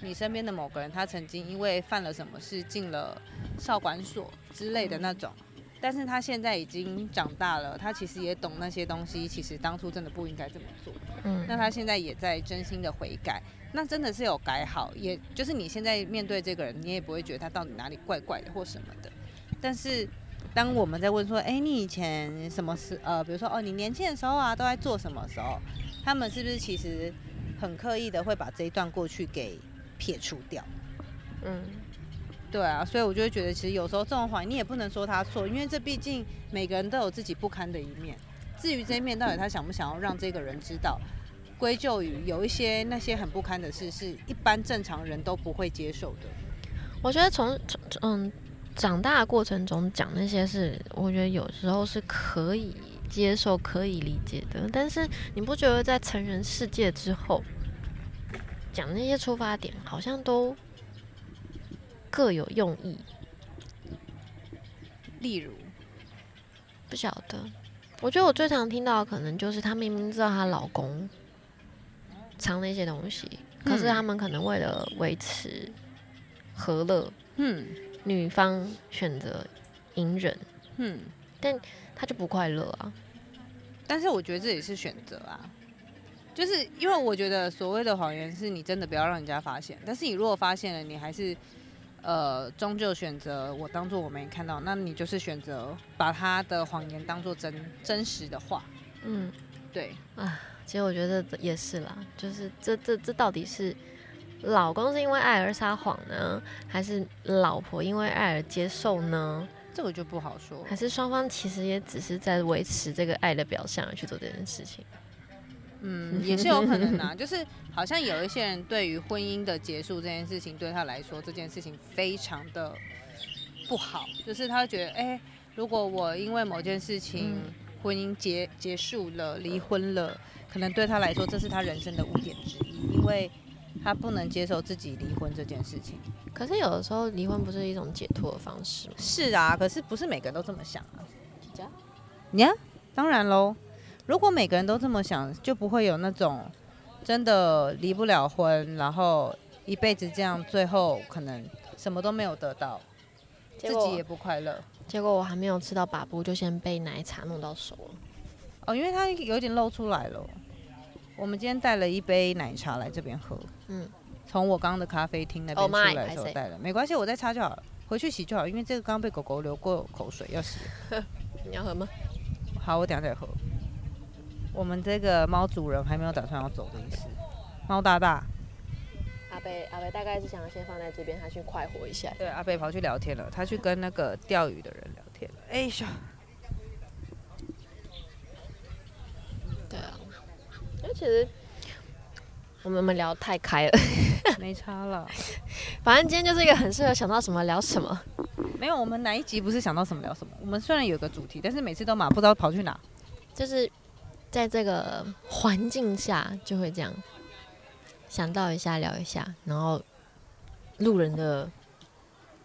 Speaker 1: 你身边的某个人他曾经因为犯了什么事进了少管所之类的那种，但是他现在已经长大了，他其实也懂那些东西，其实当初真的不应该这么做。
Speaker 3: 嗯
Speaker 1: 那他现在也在真心的悔改，那真的是有改好，也就是你现在面对这个人，你也不会觉得他到底哪里怪怪的或什么的。但是当我们在问说，哎、你以前什么时呃，比如说哦，你年轻的时候啊，都在做什么时候？他们是不是其实很刻意的会把这一段过去给撇除掉？
Speaker 3: 嗯，
Speaker 1: 对啊，所以我就会觉得，其实有时候这种谎言你也不能说他错，因为这毕竟每个人都有自己不堪的一面。至于这一面到底他想不想要让这个人知道，归咎于有一些那些很不堪的事，是一般正常人都不会接受的。
Speaker 3: 我觉得从从嗯长大的过程中讲那些事，我觉得有时候是可以接受、可以理解的。但是你不觉得在成人世界之后，讲那些出发点好像都各有用意？
Speaker 1: 例如，
Speaker 3: 不晓得。我觉得我最常听到的可能就是她明明知道她老公藏了一些东西，可是
Speaker 1: 嗯
Speaker 3: 他们可能为了维持和乐，
Speaker 1: 嗯
Speaker 3: 女方选择隐忍，
Speaker 1: 嗯，
Speaker 3: 她就不快乐啊。
Speaker 1: 但是我觉得这也是选择啊，就是因为我觉得所谓的谎言是你真的不要让人家发现，但是你如果发现了，你还是呃终究选择我当做我没看到，那你就是选择把他的谎言当做真真实的话，
Speaker 3: 嗯，
Speaker 1: 对，
Speaker 3: 其实我觉得也是啦，就是这这这到底是老公是因为爱而撒谎呢，还是老婆因为爱而接受呢？
Speaker 1: 这我就不好说
Speaker 3: 还。是双方其实也只是在维持这个爱的表象而去做这件事情？
Speaker 1: 嗯，也是有可能啊。就是好像有一些人对于婚姻的结束这件事情，对他来说这件事情非常的不好，就是他会觉得，哎、如果我因为某件事情
Speaker 3: 嗯
Speaker 1: 婚姻结结束了，离婚了，可能对他来说这是他人生的污点之一，因为他不能接受自己离婚这件事情。
Speaker 3: 可是有的时候离婚不是一种解脱的方式吗？
Speaker 1: 是啊，可是不是每个人都这么想啊。呀当然喽，如果每个人都这么想，就不会有那种真的离不了婚，然后一辈子这样，最后可能什么都没有得到，自己也不快乐。
Speaker 3: 结果我还没有吃到把布，就先被奶茶弄到手了。
Speaker 1: 哦，因为它有点露出来了。我们今天带了一杯奶茶来这边喝，
Speaker 3: 嗯，
Speaker 1: 从我刚刚的咖啡厅那边
Speaker 3: Oh
Speaker 1: 出
Speaker 3: my，
Speaker 1: 来的时
Speaker 3: 拍
Speaker 1: 候
Speaker 3: 谁
Speaker 1: 带了，没关系，我再擦就好了，回去洗就好，因为这个刚被狗狗流过口水，要洗。
Speaker 3: 你要喝吗？
Speaker 1: 好，我等一下再喝。我们这个猫主人还没有打算要走的意思。猫大大，
Speaker 3: 阿北阿北大概是想要先放在这边，他去快活一下。
Speaker 1: 对阿贝跑去聊天了，他去跟那个钓鱼的人聊天了。哎、呀，
Speaker 3: 对啊，因为其实我们我们聊太开了，
Speaker 1: 没差了。
Speaker 3: 反正今天就是一个很适合想到什么聊什么。
Speaker 1: 没有，我们哪一集不是想到什么聊什么？我们虽然有个主题，但是每次都马不知道跑去哪。
Speaker 3: 就是在这个环境下就会这样，想到一下聊一下，然后路人 的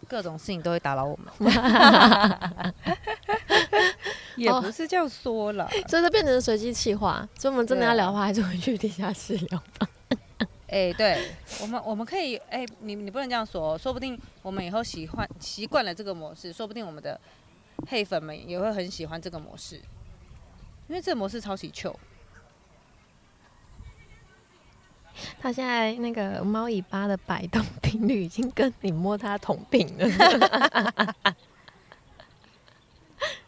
Speaker 1: 各种事情都会打扰我们， 也不是这样说了。
Speaker 3: 所以这变成随机气话，所以我们真的
Speaker 1: 对啊
Speaker 3: 要聊的话，还是回去地下室聊。
Speaker 1: 哎、对我们，我们可以，哎、你你不能这样说哦，说不定我们以后喜欢习惯了这个模式，说不定我们的黑粉们也会很喜欢这个模式，因为这个模式超级 Q。
Speaker 3: 它现在那个猫尾巴的摆动频率已经跟你摸它同频了。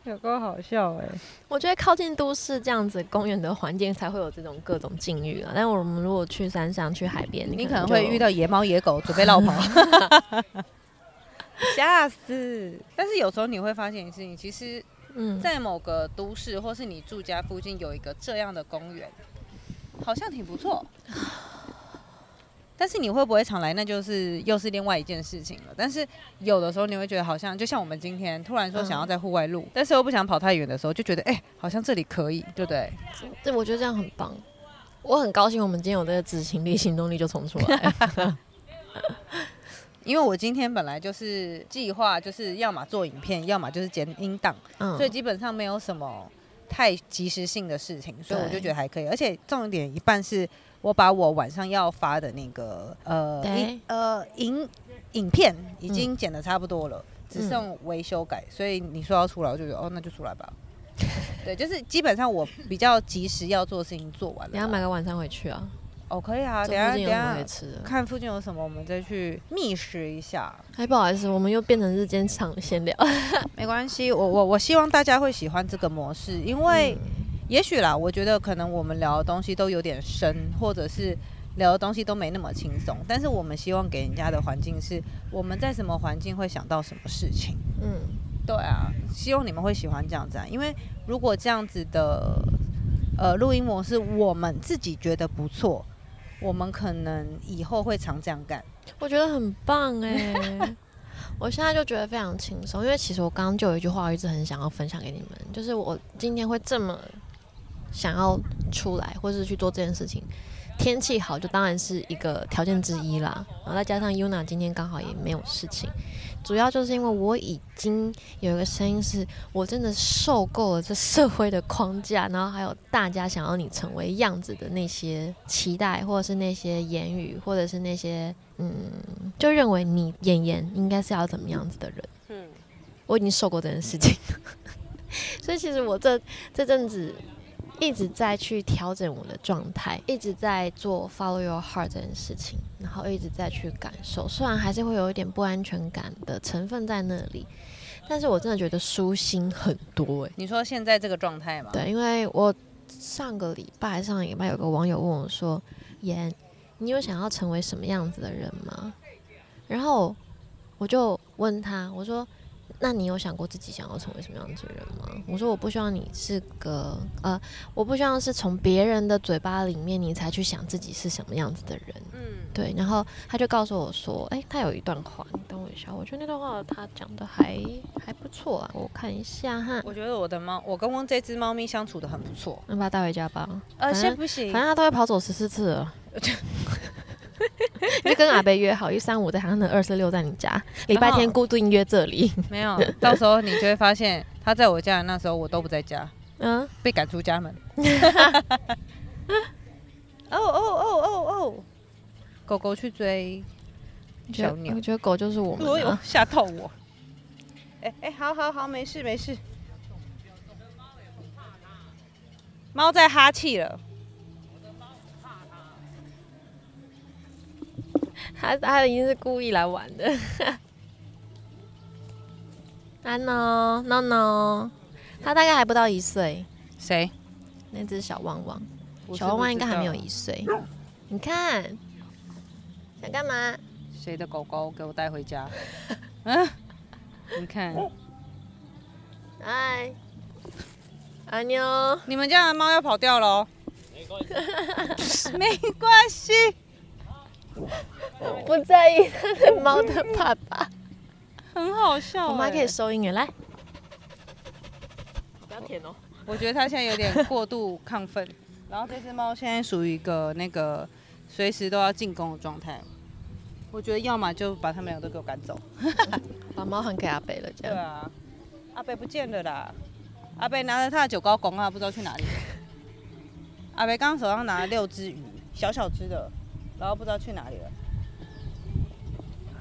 Speaker 1: 有够好笑哎、
Speaker 3: 我觉得靠近都市这样子公园的环境才会有这种各种境遇啊。但我们如果去山上、去海边，
Speaker 1: 你
Speaker 3: 可
Speaker 1: 可能
Speaker 3: 就
Speaker 1: 会遇。到野猫野狗准备绕跑， 吓死！但是有时候你会发现一件事情，其实
Speaker 3: 嗯，
Speaker 1: 在某个都市或是你住家附近有一个这样的公园，好像挺不错。但是你会不会常来，那就是又是另外一件事情了。但是有的时候你会觉得好像，就像我们今天突然说想要在户外录，但是又不想跑太远的时候，就觉得哎、好像这里可以，对不对？
Speaker 3: 对，我觉得这样很棒。我很高兴我们今天有这个执行力、行动力就冲出 来。
Speaker 1: 因为我今天本来就是计划，就是要么做影片，要么就是剪音档，
Speaker 3: 嗯，
Speaker 1: 所以基本上没有什么太及时性的事情，所以我就
Speaker 3: 对
Speaker 1: 觉得还可以。而且重点一半是我把我晚上要发的那个呃
Speaker 3: 对
Speaker 1: 嗯影呃影影片已经剪的差不多了，只剩维修改，所以你说要出来，我就觉得哦，那就出来吧。 对，就是基本上我比较及时要做的事情做完
Speaker 3: 等一下
Speaker 1: 了
Speaker 3: 买
Speaker 1: 吧。
Speaker 3: 个晚餐回去啊。
Speaker 1: 哦，可以啊，
Speaker 3: 这
Speaker 1: 等一下
Speaker 3: 附
Speaker 1: 等
Speaker 3: 近
Speaker 1: 一
Speaker 3: 有什么可以
Speaker 1: 下
Speaker 3: 吃的？
Speaker 1: 看附近有什么，我们再去觅食一下。
Speaker 3: 哎，不好意思，我们又变成日间场闲聊。
Speaker 1: 没关系，我我我希望大家会喜欢这个模式，因为也许啦，我觉得可能我们聊的东西都有点深，或者是聊的东西都没那么轻松，但是我们希望给人家的环境是我们在什么环境会想到什么事情。
Speaker 3: 嗯，
Speaker 1: 对啊，希望你们会喜欢这样子啊，因为如果这样子的呃录音模式我们自己觉得不错，我们可能以后会常这样干。
Speaker 3: 我觉得很棒哎、 我现在就觉得非常轻松，因为其实我刚刚就有一句话，我一直很想要分享给你们，就是我今天会这么想要出来，或是去做这件事情。天气好，就当然是一个条件之一啦。然后再加上 Yuna 今天刚好也没有事情，主要就是因为我已经有一个声音是，我真的受够了这社会的框架，然后还有大家想要你成为样子的那些期待，或者是那些言语，或者是那些嗯，就认为你演员应该是要怎么样子的人。
Speaker 1: 嗯，
Speaker 3: 我已经受过这件事情， 所以其实我这这阵子一直在去调整我的状态，一直在做 follow your heart 这件事情，然后一直在去感受，虽然还是会有一点不安全感的成分在那里，但是我真的觉得舒心很多诶、欸
Speaker 1: 你说现在这个状态吗？，
Speaker 3: 对，因为我上个礼拜上个礼拜有个网友问我说：“妍，你有想要成为什么样子的人吗？”然后我就问他，我说：“那你有想过自己想要成为什么样子的人吗？”我说：“我不希望你是个呃，我不希望是从别人的嘴巴里面你才去想自己是什么样子的人。”
Speaker 1: 嗯，
Speaker 3: 对，然后他就告诉我说，哎、他有一段话，你等我一下，我觉得那段话他讲的还还不错啊，我看一下哈，
Speaker 1: 我觉得我的猫，我跟这只猫咪相处的很不错。
Speaker 3: 那把他带回家吧。
Speaker 1: 呃，
Speaker 3: 反
Speaker 1: 先
Speaker 3: 正
Speaker 1: 不行
Speaker 3: 反，正他都会跑走十四次了。 你就跟阿贝约好，一三五在他那，二四六在你 家，礼拜天固定约这里。
Speaker 1: 没有，到时候你就会发现，它在我家的那时候我都不在家，
Speaker 3: 嗯，
Speaker 1: 被赶出家门。 哦哦哦哦哦，狗狗去追小鸟
Speaker 3: 我，觉得狗就是我
Speaker 1: 哎
Speaker 3: 们、
Speaker 1: 呦
Speaker 3: 啊。
Speaker 1: 吓到我！哎哎，好好好，没事没事。猫在哈气了，
Speaker 3: 他他一定是故意来玩的。 安诺诺诺，他大概还不到一岁，
Speaker 1: 谁？
Speaker 3: 那只小旺旺，
Speaker 1: 我是
Speaker 3: 小旺
Speaker 1: 不
Speaker 3: 旺
Speaker 1: 知
Speaker 3: 应该还没有
Speaker 1: 道
Speaker 3: 一岁。你看，想干嘛？
Speaker 1: 谁的狗狗给我带回 家？嗯、你看，
Speaker 3: 哎，阿妞。
Speaker 1: 你们家的猫要跑掉了哦。 没关系，
Speaker 3: 不在意他的猫的爸爸。
Speaker 1: 很好笑、
Speaker 3: 我们还可以
Speaker 1: 哎
Speaker 3: 收音耶，来，不要舔哦。
Speaker 1: 我觉得它现在有点过度亢 奋，然后这只猫现在属于一个那个随时都要进攻的状态。我觉得要么就把它们俩都给我赶走。
Speaker 3: 把猫还给阿北了，这
Speaker 1: 对
Speaker 3: 样。
Speaker 1: 啊，阿贝不见了啦，阿贝拿着他的九高拱啊，不知道去 哪里了。阿贝刚刚手上拿了六只鱼，小小只的，然后不知道去哪 里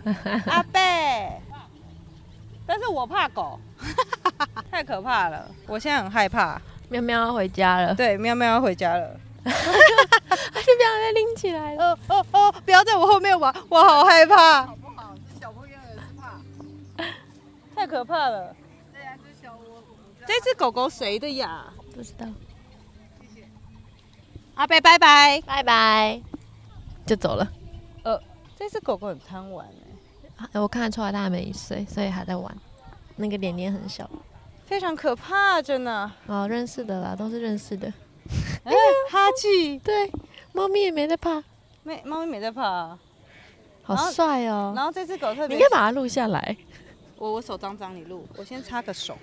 Speaker 1: 了。阿贝，但是我怕狗， 太可怕了，我现在很害怕。
Speaker 3: 喵喵要回家了，
Speaker 1: 对，喵喵要回家了。
Speaker 3: 它就不要再拎起来了。
Speaker 1: 哦哦哦！不要在我后面玩，我好害怕。好不好？这 小朋友也是怕，太可怕了。啊这只狗狗谁的呀？
Speaker 3: 不知道，
Speaker 1: 阿贝，拜拜。呃
Speaker 3: 拜拜，就走了。
Speaker 1: 这只狗狗很贪玩哎、
Speaker 3: 啊我看得出来它还没一岁，所以还在玩。那个脸脸很小，
Speaker 1: 非常可怕，真的。
Speaker 3: 哦，认识的啦，都是认识的。
Speaker 1: 哎、哈气，
Speaker 3: 对，猫咪也没在怕，
Speaker 1: 没猫咪没在怕、啊。
Speaker 3: 好
Speaker 1: 然后
Speaker 3: 帅哦。
Speaker 1: 然后这只狗特
Speaker 3: 你
Speaker 1: 别，
Speaker 3: 应该把它录下来。
Speaker 1: 我我手脏脏，你录。我先擦个手，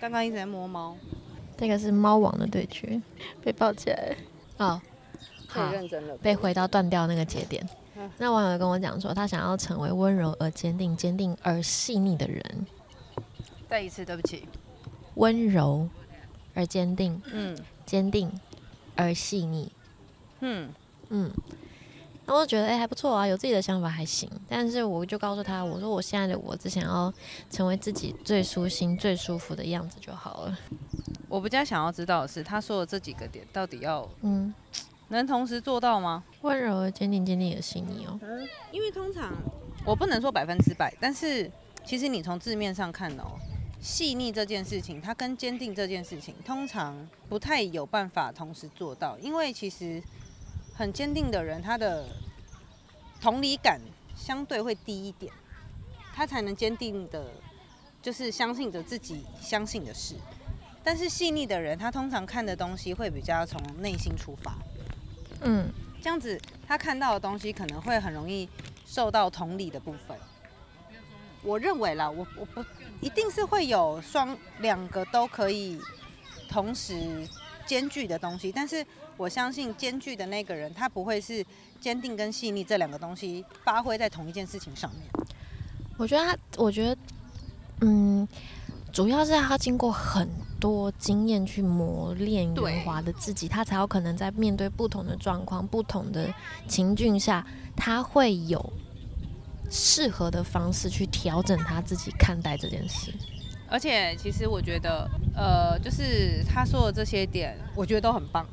Speaker 1: 刚刚一直在摸猫，
Speaker 3: 这个是猫王的对决，被抱起来。哦，好
Speaker 1: 太，认真了。
Speaker 3: 被回到断掉那个节点
Speaker 1: 嗯。
Speaker 3: 那网友跟我讲说，他想要成为温柔而坚定、坚定而细腻的人，
Speaker 1: 再一次，对不起。
Speaker 3: 温柔而坚定，
Speaker 1: 嗯
Speaker 3: 坚定而细腻。
Speaker 1: 嗯，
Speaker 3: 嗯，然后我就觉得哎、还不错啊，有自己的想法还行。但是我就告诉他，我说我现在的我只想要成为自己最舒心、最舒服的样子就好了。
Speaker 1: 我比较想要知道的是，他说的这几个点到底要
Speaker 3: 嗯，
Speaker 1: 能同时做到吗？
Speaker 3: 温柔而坚定，坚定你的心意哦。
Speaker 1: 因为通常我不能说百分之百，但是其实你从字面上看哦，细腻这件事情，它跟坚定这件事情，通常不太有办法同时做到，因为其实很坚定的人，他的同理感相对会低一点，他才能坚定的，就是相信着自己相信的事。但是细腻的人，他通常看的东西会比较从内心出发，
Speaker 3: 嗯，
Speaker 1: 这样子他看到的东西可能会很容易受到同理的部分。我认为啦，我我不一定是会有双两个都可以同时兼具的东西，但是我相信兼具的那个人，他不会是坚定跟细腻这两个东西发挥在同一件事情上面。
Speaker 3: 我觉得他，我觉得，嗯，主要是他经过很多经验去磨练
Speaker 1: 对
Speaker 3: 圆滑的自己，他才有可能在面对不同的状况、不同的情境下，他会有适合的方式去调整他自己看待这件事。
Speaker 1: 而且其实我觉得，呃，就是他说的这些点，我觉得都很棒。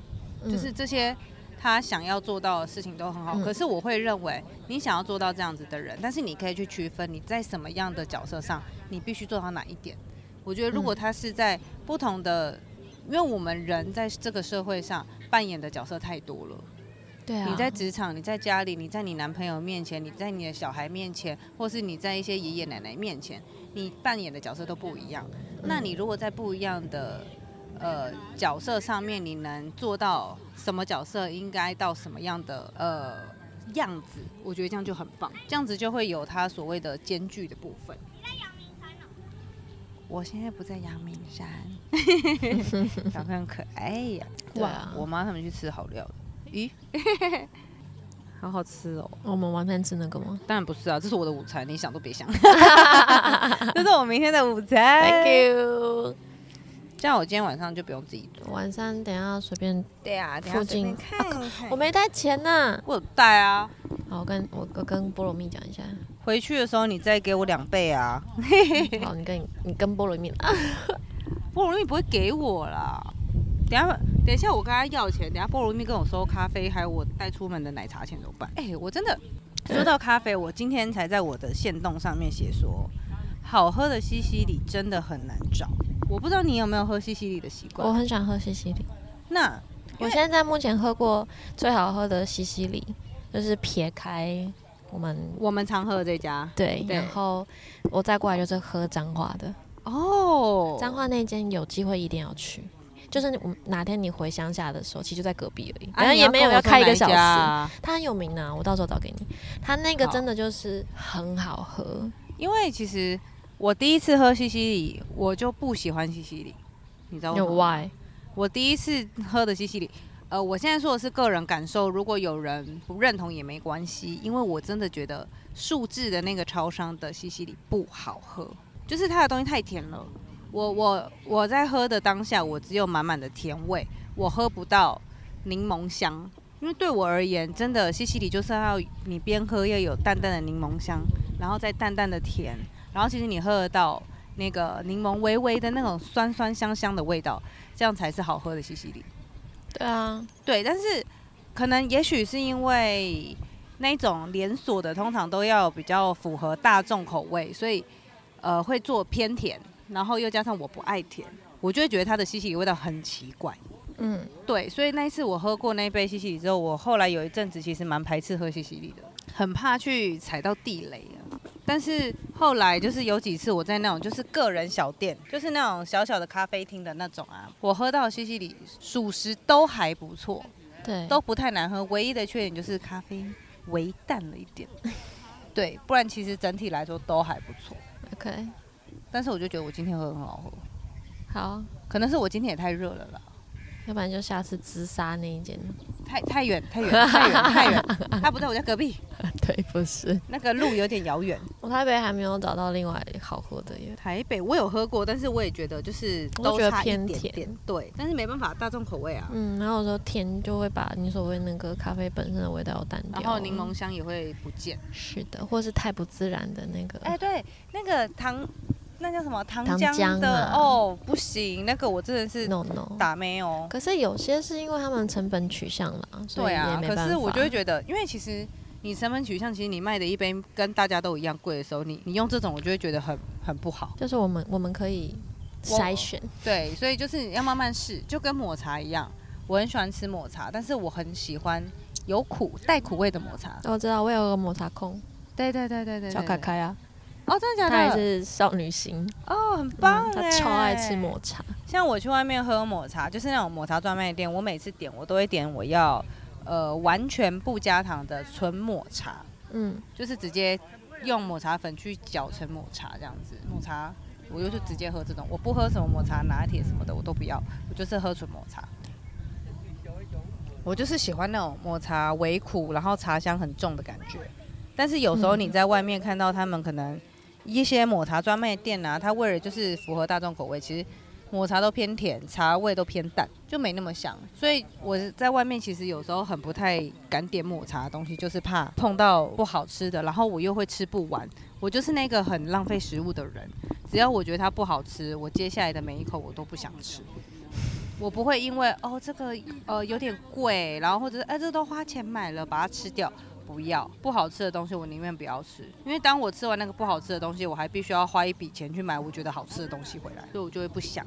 Speaker 3: 嗯
Speaker 1: 就是这些他想要做到的事情都很好。
Speaker 3: 嗯
Speaker 1: 可是我会认为，你想要做到这样子的人，但是你可以去区分你在什么样的角色上，你必须做到哪一点。我觉得
Speaker 3: 嗯
Speaker 1: 如果他是在不同的，因为我们人在这个社会上扮演的角色太多了。
Speaker 3: 对啊，
Speaker 1: 你在职场，你在家里，你在你男朋友面前，你在你的小孩面前，或是你在一些爷爷奶奶面前，你扮演的角色都不一样。那你如果在不一样的呃角色上面，你能做到什么角色应该到什么样的呃样子，我觉得这样就很棒，这样子就会有他所谓的艰巨的部分。我现在不在阳明山， 小朋友很可爱呀、
Speaker 3: 对啊
Speaker 1: 哇，我妈他们去吃好料的咦， 好好吃哦！
Speaker 3: 我们晚餐吃那个吗
Speaker 1: 当然不是啊，这是我的午餐，你想都别 想。这是我明天的午餐。
Speaker 3: ？Thank you。
Speaker 1: 这样我今天晚上就不用自己做。
Speaker 3: 晚餐等一下随便，
Speaker 1: 对啊，
Speaker 3: 等一下附近随便
Speaker 1: 看看
Speaker 3: 我没带钱呐、
Speaker 1: 啊我有带啊，
Speaker 3: 好，我跟我我跟菠萝蜜讲一下。
Speaker 1: 回去的时候你再给我两倍啊。
Speaker 3: 好，你跟你跟菠萝 蜜啊，
Speaker 1: 菠萝蜜不会给我啦。等一下，等一下，我跟他要钱。等一下，菠萝蜜跟我收咖啡，还有我带出门的奶茶钱怎么办？哎、我真的说到咖啡，我今天才在我的线动上面写说，好喝的西西里真的很难找。我不知道你有没有喝西西里的习
Speaker 3: 我
Speaker 1: 惯？
Speaker 3: 很想喝西西里。
Speaker 1: 那
Speaker 3: 我现在目前喝过最好喝的西西里，就是撇开我们
Speaker 1: 我们常喝的这家
Speaker 3: 对，
Speaker 1: 对
Speaker 3: 然后我再过来就是喝彰化的，
Speaker 1: 哦，
Speaker 3: 彰化那间有机会一定要去。就是我们哪天你回乡下的时候，其实就在隔壁而已，
Speaker 1: 啊
Speaker 3: 反正也没有要开一个小。
Speaker 1: 你要跟我说哪家
Speaker 3: 时。
Speaker 1: 啊
Speaker 3: 它很有名啊，我到时候找给你。它那个
Speaker 1: 好
Speaker 3: 真的就是很好喝，
Speaker 1: 因为其实我第一次喝西西里，我就不喜欢西西里，你知道为什
Speaker 3: 有
Speaker 1: 么吗
Speaker 3: why？
Speaker 1: 我第一次喝的西西里，呃，我现在说的是个人感受，如果有人不认同也没关系，因为我真的觉得树质的那个超商的西西里不好喝，就是它的东西太甜了。我我我在喝的当下，我只有满满的甜味，我喝不到柠檬香，因为对我而言，真的西西里就是要你边喝要有淡淡的柠檬香，然后再淡淡的甜，然后其实你喝得到那个柠檬微微的那种酸酸香香的味道，这样才是好喝的西西里。
Speaker 3: 对啊，
Speaker 1: 对，但是可能也许是因为那种连锁的通常都要比较符合大众口味，所以呃会做偏甜，然后又加上我不爱甜，我就会觉得它的西西里味道很奇怪。
Speaker 3: 嗯，
Speaker 1: 对，所以那一次我喝过那一杯西西里之后，我后来有一阵子其实蛮排斥喝西西里的，很怕去踩到地雷啊。但是后来就是有几次我在那种就是个人小店，就是那种小小的咖啡厅的那种啊，我喝到西西里属实都还不错，
Speaker 3: 对，
Speaker 1: 都不太难喝，唯一的缺点就是咖啡微淡了一点。 对，不然其实整体来说都还不错。
Speaker 3: OK，
Speaker 1: 但是我就觉得我今天喝得很好喝，
Speaker 3: 好，
Speaker 1: 可能是我今天也太热了啦。
Speaker 3: 要不然就下次自杀那一间。
Speaker 1: 太太啊远太远太远太远，他不在我家隔壁，
Speaker 3: 对，不是。
Speaker 1: 那个路有点遥远。
Speaker 3: 我台北还没有找到另外好喝的耶。
Speaker 1: 台北我有喝过，但是我也觉得就是
Speaker 3: 我
Speaker 1: 都
Speaker 3: 觉得
Speaker 1: 差一
Speaker 3: 偏
Speaker 1: 点
Speaker 3: 甜
Speaker 1: 点，对，但是没办法，大众口味啊。
Speaker 3: 嗯，然后有时候甜就会把你所谓那个咖啡本身的味道淡掉，
Speaker 1: 然后柠檬香也会不见。
Speaker 3: 是的，或是太不自然的那个，
Speaker 1: 哎、对，那个糖，那叫什么糖
Speaker 3: 糖
Speaker 1: 浆
Speaker 3: 浆
Speaker 1: 的
Speaker 3: 啊
Speaker 1: 哦，不行，那个我真的是
Speaker 3: no no。
Speaker 1: 打没哦。
Speaker 3: 可是有些是因为他们成本取向啦，所以
Speaker 1: 对
Speaker 3: 也
Speaker 1: 啊，
Speaker 3: 没
Speaker 1: 可
Speaker 3: 办法。
Speaker 1: 是我就会觉得，因为其实你成本取向，其实你卖的一杯跟大家都一样贵的时候，你你用这种，我就会觉得很很不好。
Speaker 3: 就是我们我们可以
Speaker 1: 我
Speaker 3: 筛选，
Speaker 1: 对，所以就是要慢慢试，就跟抹茶一样。我很喜欢吃抹茶，但是我很喜欢有苦带苦味的抹茶。
Speaker 3: 哦我知道我有个抹茶控
Speaker 1: 对对对对对，
Speaker 3: 小
Speaker 1: 对
Speaker 3: 凯。凯啊，
Speaker 1: 哦，真的假
Speaker 3: 她也
Speaker 1: 的？
Speaker 3: 是少女心，
Speaker 1: 哦，很棒、欸
Speaker 3: 嗯，她超爱吃。抹茶，
Speaker 1: 像我去外面喝抹茶，就是那种抹茶专卖店，我每次点我都会点我要呃完全不加糖的纯抹茶，
Speaker 3: 嗯，
Speaker 1: 就是直接用抹茶粉去搅成抹茶这样子。抹茶我就是直接喝这种，我不喝什么抹茶拿铁什么的，我都不要，我就是喝纯抹茶。我就是喜欢那种抹茶微苦，然后茶香很重的感觉。但是有时候你在外面看到他们可能一些抹茶专卖店啊，它为了就是符合大众口味，其实抹茶都偏甜，茶味都偏淡，就没那么香。所以我在外面其实有时候很不太敢点抹茶的东西，就是怕碰到不好吃的，然后我又会吃不完。我就是那个很浪费食物的人，只要我觉得它不好吃，我接下来的每一口我都不想吃。我不会因为哦这个呃有点贵，然后或者是哎、这都花钱买了，把它吃掉。不要不好吃的东西，我宁愿不要吃，因为当我吃完那个不好吃的东西，我还必须要花一笔钱去买我觉得好吃的东西回来，所以我就会不想。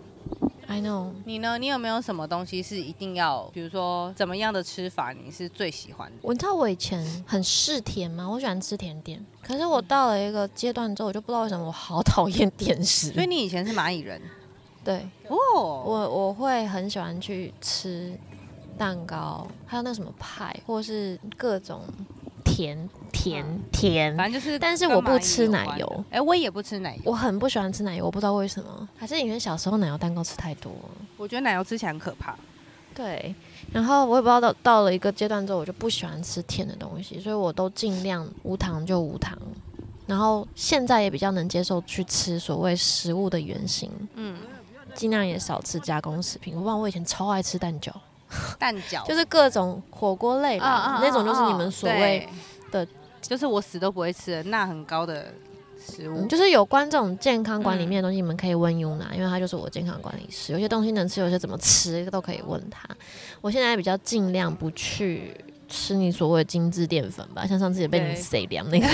Speaker 3: ，I know，
Speaker 1: 你呢？你有没有什么东西是一定要，比如说怎么样的吃法你是最喜欢的？
Speaker 3: 我知道我以前很嗜甜嘛，我喜欢吃甜点，可是我
Speaker 1: 嗯
Speaker 3: 到了一个阶段之后，我就不知道为什么我好 讨厌甜食。
Speaker 1: 所以你以前是蚂蚁 人
Speaker 3: 对
Speaker 1: 哦，
Speaker 3: 我我会很喜欢去吃蛋糕，还有那什么派，或是各种甜甜甜。
Speaker 1: 反正就是，
Speaker 3: 但是我不吃奶油。
Speaker 1: 哎、我也不吃奶油，
Speaker 3: 我很不喜欢吃奶油，我不知道为什么，还是因为小时候奶油蛋糕吃太多了。
Speaker 1: 我觉得奶油吃起来很可 怕。
Speaker 3: 对，然后我也不知道到到了一个阶段之后，我就不喜欢吃甜的东西，所以我都尽量无糖就无糖。然后现在也比较能接受去吃所谓食物的原型，
Speaker 1: 嗯，
Speaker 3: 尽量也少吃加工食品。我忘我以前超爱吃蛋饺，
Speaker 1: 蛋饺
Speaker 3: 就是各种火锅类
Speaker 1: 啊啊
Speaker 3: 啦，那种就是你们所谓，
Speaker 1: 对
Speaker 3: 的
Speaker 1: 就是我死都不会吃的钠很高的食物。
Speaker 3: 嗯就是有关这种健康管理面的东西，你们可以问 Yuna，、因为他就是我健康管理师。有些东西能吃，有些怎么吃都可以问他。我现在比较尽量不去吃你所谓的精致淀粉吧，像上次也被你们
Speaker 1: 对
Speaker 3: 塞掉 那个。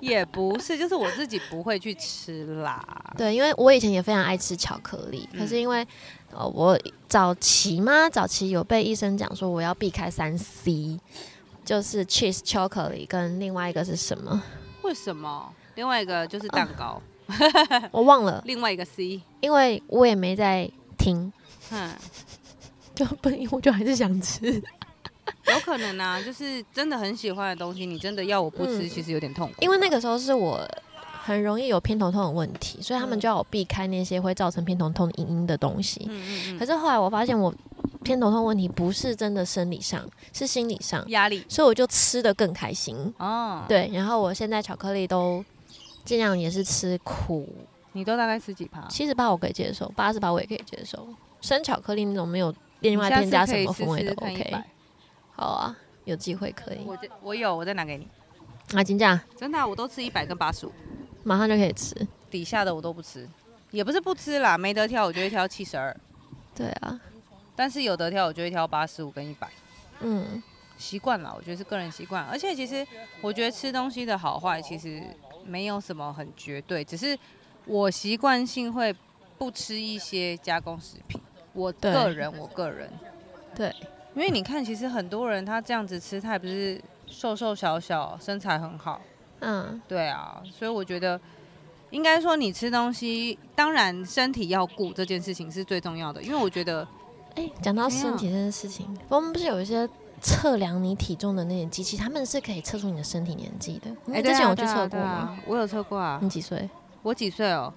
Speaker 1: 也不是，就是我自己不会去吃啦。
Speaker 3: 对，因为我以前也非常爱吃巧克力，
Speaker 1: 嗯
Speaker 3: 可是因为呃，我早期嘛，早期有被医生讲说我要避开三 C，就是 cheese 巧克力跟另外一个是什么，
Speaker 1: 为什么？另外一个就是蛋
Speaker 3: 啊
Speaker 1: 糕，
Speaker 3: 我忘了，
Speaker 1: 另外一个 C，
Speaker 3: 因为我也没在听，
Speaker 1: 哼，
Speaker 3: 就不，我就还是想吃，
Speaker 1: 有可能啊，就是真的很喜欢的东西，你真的要我不吃，
Speaker 3: 嗯
Speaker 1: 其实有点痛苦。
Speaker 3: 因为那个时候是我。很容易有偏头痛的问题，所以他们
Speaker 1: 嗯
Speaker 3: 就要我避开那些会造成偏头痛隐因的东西。
Speaker 1: 嗯嗯
Speaker 3: 可
Speaker 1: 嗯，
Speaker 3: 是后来我发现，我偏头痛问题不是真的生理上，是心理上，
Speaker 1: 压力
Speaker 3: 所以我就吃的更开心。
Speaker 1: 哦，，
Speaker 3: 对，然后我现在巧克力都尽量也是吃苦，
Speaker 1: 你都大概吃几趴？
Speaker 3: 七十八我可以接受，八十八我也可以接受。生巧克力那种没有
Speaker 1: 你
Speaker 3: 另外
Speaker 1: 下
Speaker 3: 添
Speaker 1: 次
Speaker 3: 加
Speaker 1: 可
Speaker 3: 什
Speaker 1: 以
Speaker 3: 么
Speaker 1: 试
Speaker 3: 风味
Speaker 1: 试
Speaker 3: 的
Speaker 1: 看
Speaker 3: ，OK？
Speaker 1: 100
Speaker 3: 好啊，有机会可以。
Speaker 1: 我这我有，我再拿给你。
Speaker 3: 啊，金酱
Speaker 1: 真的啊、我都吃一百跟八十五，
Speaker 3: 马上就可以吃。
Speaker 1: 底下的我都不吃，也不是不吃啦，没得挑，我就会挑七十二，
Speaker 3: 对啊，
Speaker 1: 但是有得挑，我就会挑八十五跟一百。
Speaker 3: 嗯，
Speaker 1: 习惯啦，我觉得是个人习惯。而且其实我觉得吃东西的好坏其实没有什么很绝对，只是我习惯性会不吃一些加工食品。我
Speaker 3: 对
Speaker 1: 个人，我个人，
Speaker 3: 对，
Speaker 1: 因为你看，其实很多人他这样子吃，他也不是瘦瘦小小，身材很好，
Speaker 3: 嗯，
Speaker 1: 对啊，所以我觉得。应该说，你吃东西，当然身体要顾这件事情是最重要的，因为我觉得
Speaker 3: 哎，讲到身体这件事情，我们不是有一些。测量你体重的那些机器，他们是可以测出你的身体年纪的。你
Speaker 1: 哎，
Speaker 3: 之
Speaker 1: 对啊
Speaker 3: 前有去
Speaker 1: 对啊
Speaker 3: 测过
Speaker 1: 对啊
Speaker 3: 吗？
Speaker 1: 我有测过啊。
Speaker 3: 你几岁？
Speaker 1: 我几岁哦？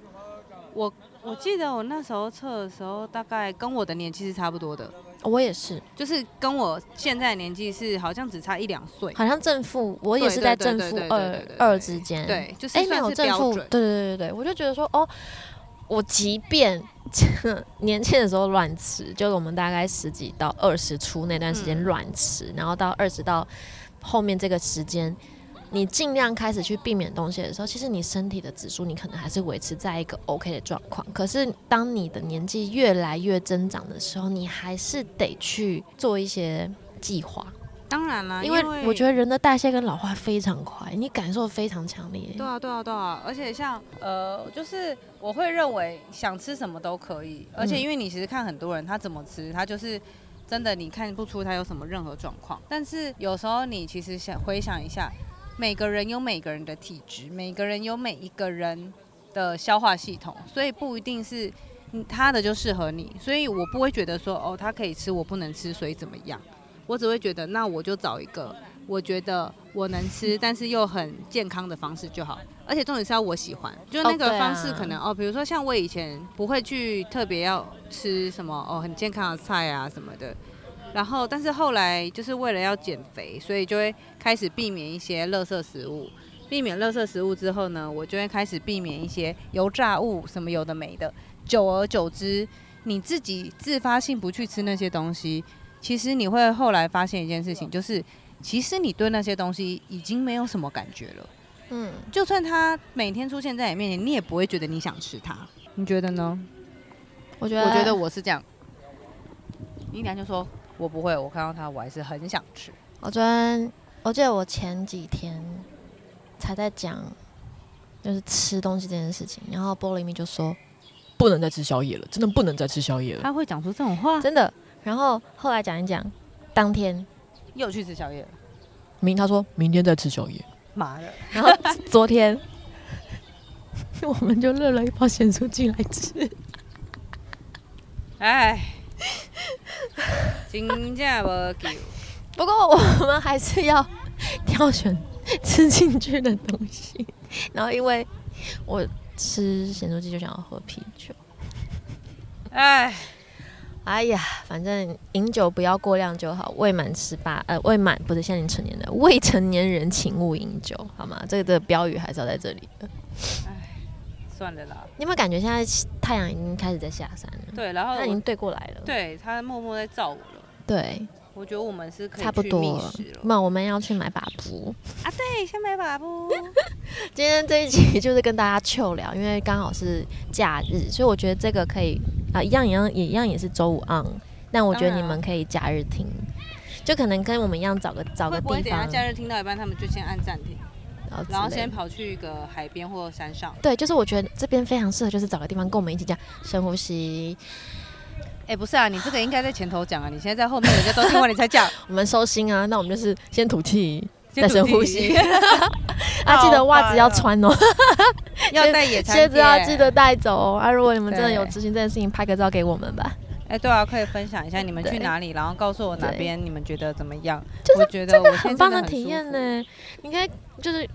Speaker 1: 我我记得我那时候测的时候，大概跟我的年纪是差不多的。
Speaker 3: 我也是，
Speaker 1: 就是跟我现在的年纪是好像只差一两岁。
Speaker 3: 好像正负，我也是在
Speaker 1: 对
Speaker 3: 正
Speaker 1: 对
Speaker 3: 负
Speaker 1: 对对对对
Speaker 3: 二
Speaker 1: 对对
Speaker 3: 二之间。
Speaker 1: 对，就是
Speaker 3: 哎，没
Speaker 1: 算
Speaker 3: 有
Speaker 1: 是
Speaker 3: 正
Speaker 1: 标
Speaker 3: 负，对
Speaker 1: 准。
Speaker 3: 对对对，我就觉得说，哦，我即便 年轻的时候乱吃，就是我们大概十几到二十出那段时间
Speaker 1: 嗯
Speaker 3: 乱吃，然后到二十到后面这个时间，你尽量开始去避免东西的时候，其实你身体的指数你可能还是维持在一个 OK 的状况。可是当你的年纪越来越增长的时候，你还是得去做一些计划。
Speaker 1: 当然啦，
Speaker 3: 因
Speaker 1: 啊因
Speaker 3: 为我觉得人的代谢跟老化非常快，你感受非常强烈。
Speaker 1: 对啊，对啊，对啊，而且像呃，就是我会认为想吃什么都可以，而且
Speaker 3: 嗯
Speaker 1: 因为你其实看很多人他怎么吃，他就是真的你看不出他有什么任何状况。但是有时候你其实想回想一下，每个人有每个人的体质，每个人有每一个人的消化系统，所以不一定是嗯他的就适合你，所以我不会觉得说哦他可以吃我不能吃，所以怎么样。我只会觉得，那我就找一个我觉得我能吃，但是又很健康的方式就好。而且重点是要我喜欢，就是那
Speaker 3: 哦
Speaker 1: 个
Speaker 3: 对啊
Speaker 1: 方式可能哦，比如说像我以前不会去特别要吃什么哦很健康的菜啊什么的，然后但是后来就是为了要减肥，所以就会开始避免一些垃圾食物。避免垃圾食物之后呢，我就会开始避免一些油炸物，什么有的没的。久而久之，你自己自发性不去吃那些东西，其实你会后来发现一件事情，就是其实你对那些东西已经没有什么感觉了。
Speaker 3: 嗯，
Speaker 1: 就算它每天出现在你面前，你也不会觉得你想吃它。你觉得呢？
Speaker 3: 我觉得，
Speaker 1: 我觉得我是这样。你俩就说我不会，我看到它我还是很想吃。
Speaker 3: 我昨天，我记得我前几天才在讲，就是吃东西这件事情，然后玻璃蜜就说不能再吃宵夜了，真的不能再吃宵夜了，
Speaker 1: 他会讲出这种话，
Speaker 3: 真的。然后后来讲一讲，当天
Speaker 1: 又去吃宵夜了。
Speaker 3: 明他说明天再吃宵夜，
Speaker 1: 妈的，
Speaker 3: 然后 昨天我们就热了一包咸酥鸡来吃。
Speaker 1: 哎， 真正无救。
Speaker 3: 不过我们还是要挑选吃进去的东西。 然后因为我吃咸酥鸡就想要喝啤酒，
Speaker 1: 哎，
Speaker 3: 哎呀，反正饮酒不要过量就好。未满十八呃，未满不是现在已经成年的未成年人请勿饮酒，好吗？这个的标语还是要在这里的。
Speaker 1: 算了啦。
Speaker 3: 你有没有感觉现在太阳已经开始在下山了？
Speaker 1: 对，然后
Speaker 3: 它已
Speaker 1: 呃我
Speaker 3: 经对过来了。
Speaker 1: 对他默默在照我了。
Speaker 3: 对，
Speaker 1: 我觉得我们是可以
Speaker 3: 差不
Speaker 1: 去
Speaker 3: 多
Speaker 1: 觅
Speaker 3: 了
Speaker 1: 食了。嗯
Speaker 3: 那我们要去买把布。
Speaker 1: 啊，对，先买把布。
Speaker 3: 今天这一集就是跟大家糗聊，因为刚好是假日，所以我觉得这个可以啊、一样一样也一样也是周五 on，但我觉得
Speaker 1: 当然啊
Speaker 3: 你们可以假日听，就可能跟我们一样找个找
Speaker 1: 会
Speaker 3: 个
Speaker 1: 不会等
Speaker 3: 地
Speaker 1: 一下
Speaker 3: 方，
Speaker 1: 假日听到一半，他们就先按暂停，
Speaker 3: 然
Speaker 1: 然后
Speaker 3: 之类
Speaker 1: 先
Speaker 3: 的
Speaker 1: 跑去一个海边或山上？
Speaker 3: 对，就是我觉得这边非常适合，就是找个地方跟我们一起这样深呼吸，
Speaker 1: 哎，不是啊，你这个应该在前头讲啊，你现在在后面，人家都听完你才讲。
Speaker 3: 我们收心啊，那我们就是先吐气，
Speaker 1: 先
Speaker 3: 再深
Speaker 1: 吐气
Speaker 3: 呼 吸，啊，记得袜子要穿哦，
Speaker 1: 要带野餐
Speaker 3: 鞋子要记
Speaker 1: 垫
Speaker 3: 得。带走哦，啊，如果你们真的有
Speaker 1: 对
Speaker 3: 执行这件事情，拍个照给我们吧，
Speaker 1: 哎，对啊，可以分享一下你们
Speaker 3: 对
Speaker 1: 去哪里，然后告诉我哪
Speaker 3: 对
Speaker 1: 边你们觉得怎么样。
Speaker 3: 就是
Speaker 1: 我觉得我
Speaker 3: 很
Speaker 1: 现在真
Speaker 3: 棒的
Speaker 1: 很
Speaker 3: 体
Speaker 1: 舒
Speaker 3: 验
Speaker 1: 服。
Speaker 3: 呢。你可以就是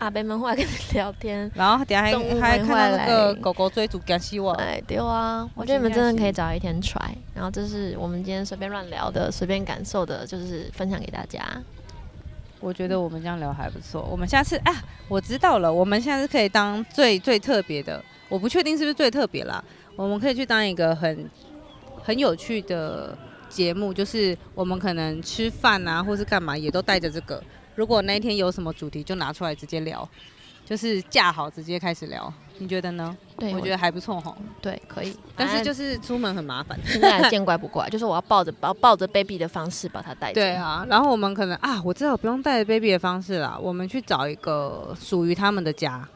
Speaker 3: 阿伯们会来跟你聊天，
Speaker 1: 然后等一下
Speaker 3: 动物
Speaker 1: 还还
Speaker 3: 们
Speaker 1: 看到
Speaker 3: 会
Speaker 1: 那个
Speaker 3: 来
Speaker 1: 狗狗追逐感谢我。
Speaker 3: 哎，对啊，我
Speaker 1: 我
Speaker 3: 觉得你们
Speaker 1: 今天
Speaker 3: 真的可以
Speaker 1: 是
Speaker 3: 找一天 try。然后这是我们今天随便乱聊的、随便感受的，就是分享给大家。
Speaker 1: 我觉得我们这样聊还不错。我们下次啊，我知道了，我们下次可以当最最特别的，我不确定是不是最特别啦，我们可以去当一个很很有趣的节目，就是我们可能吃饭啊，或是干嘛也都带着这个。如果那一天有什么主题，就拿出来直接聊，就是架好直接开始聊。你觉得呢？
Speaker 3: 对，
Speaker 1: 我觉得还不错吼，
Speaker 3: 对，可以。
Speaker 1: 但是就是是出门很麻烦。
Speaker 3: 现在还见怪不 怪，就是我要抱着抱抱着 baby 的方式把它带走。
Speaker 1: 对，啊，然后我们可能啊，我知道不用带着 baby 的方式啦，我们去找一个属于他们的家。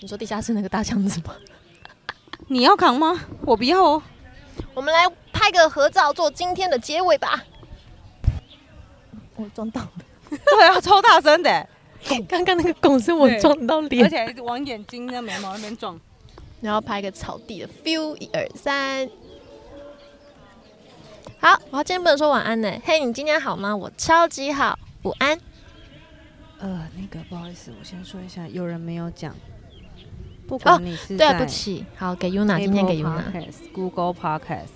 Speaker 3: 你说地下室那个大箱子吗？
Speaker 1: 你要扛吗？我不要哦。
Speaker 3: 我们来拍个合照做今天的结尾吧。我撞到了，
Speaker 1: 对啊，超大声的，
Speaker 3: 刚刚那个拱是我
Speaker 1: 对
Speaker 3: 撞
Speaker 1: 而
Speaker 3: 到脸。
Speaker 1: 且还一直往眼睛跟眉毛那边撞。
Speaker 3: 然后拍一个草地的 feel，一二三。好，我今天不能说晚安呢。嘿，你今天好吗？我超级好，午安。
Speaker 1: 呃，那个不好意思，我先说一下，有人没有讲，不
Speaker 3: 哦
Speaker 1: 管你是
Speaker 3: 对
Speaker 1: 在、
Speaker 3: 啊
Speaker 1: 啊
Speaker 3: 不起，好给 Yuna，今天给 Yuna。
Speaker 1: Podcast、Google Podcast、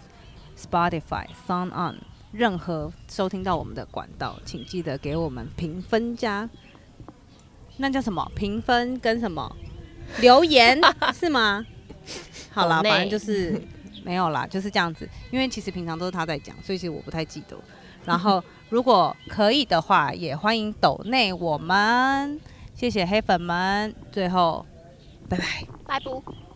Speaker 1: Spotify、Sound On 任何收听到我们的管道，请记得给我们评分加，那叫什么？评分跟什 么？留言是吗？好啦，
Speaker 3: 抖内
Speaker 1: 反正就是 没有啦，就是这样子。因为其实平常都是他在讲，所以其实我不太记得。然后如果可以的话，也欢迎抖内我们，谢谢黑粉们。最后，拜拜。
Speaker 3: 拜拜。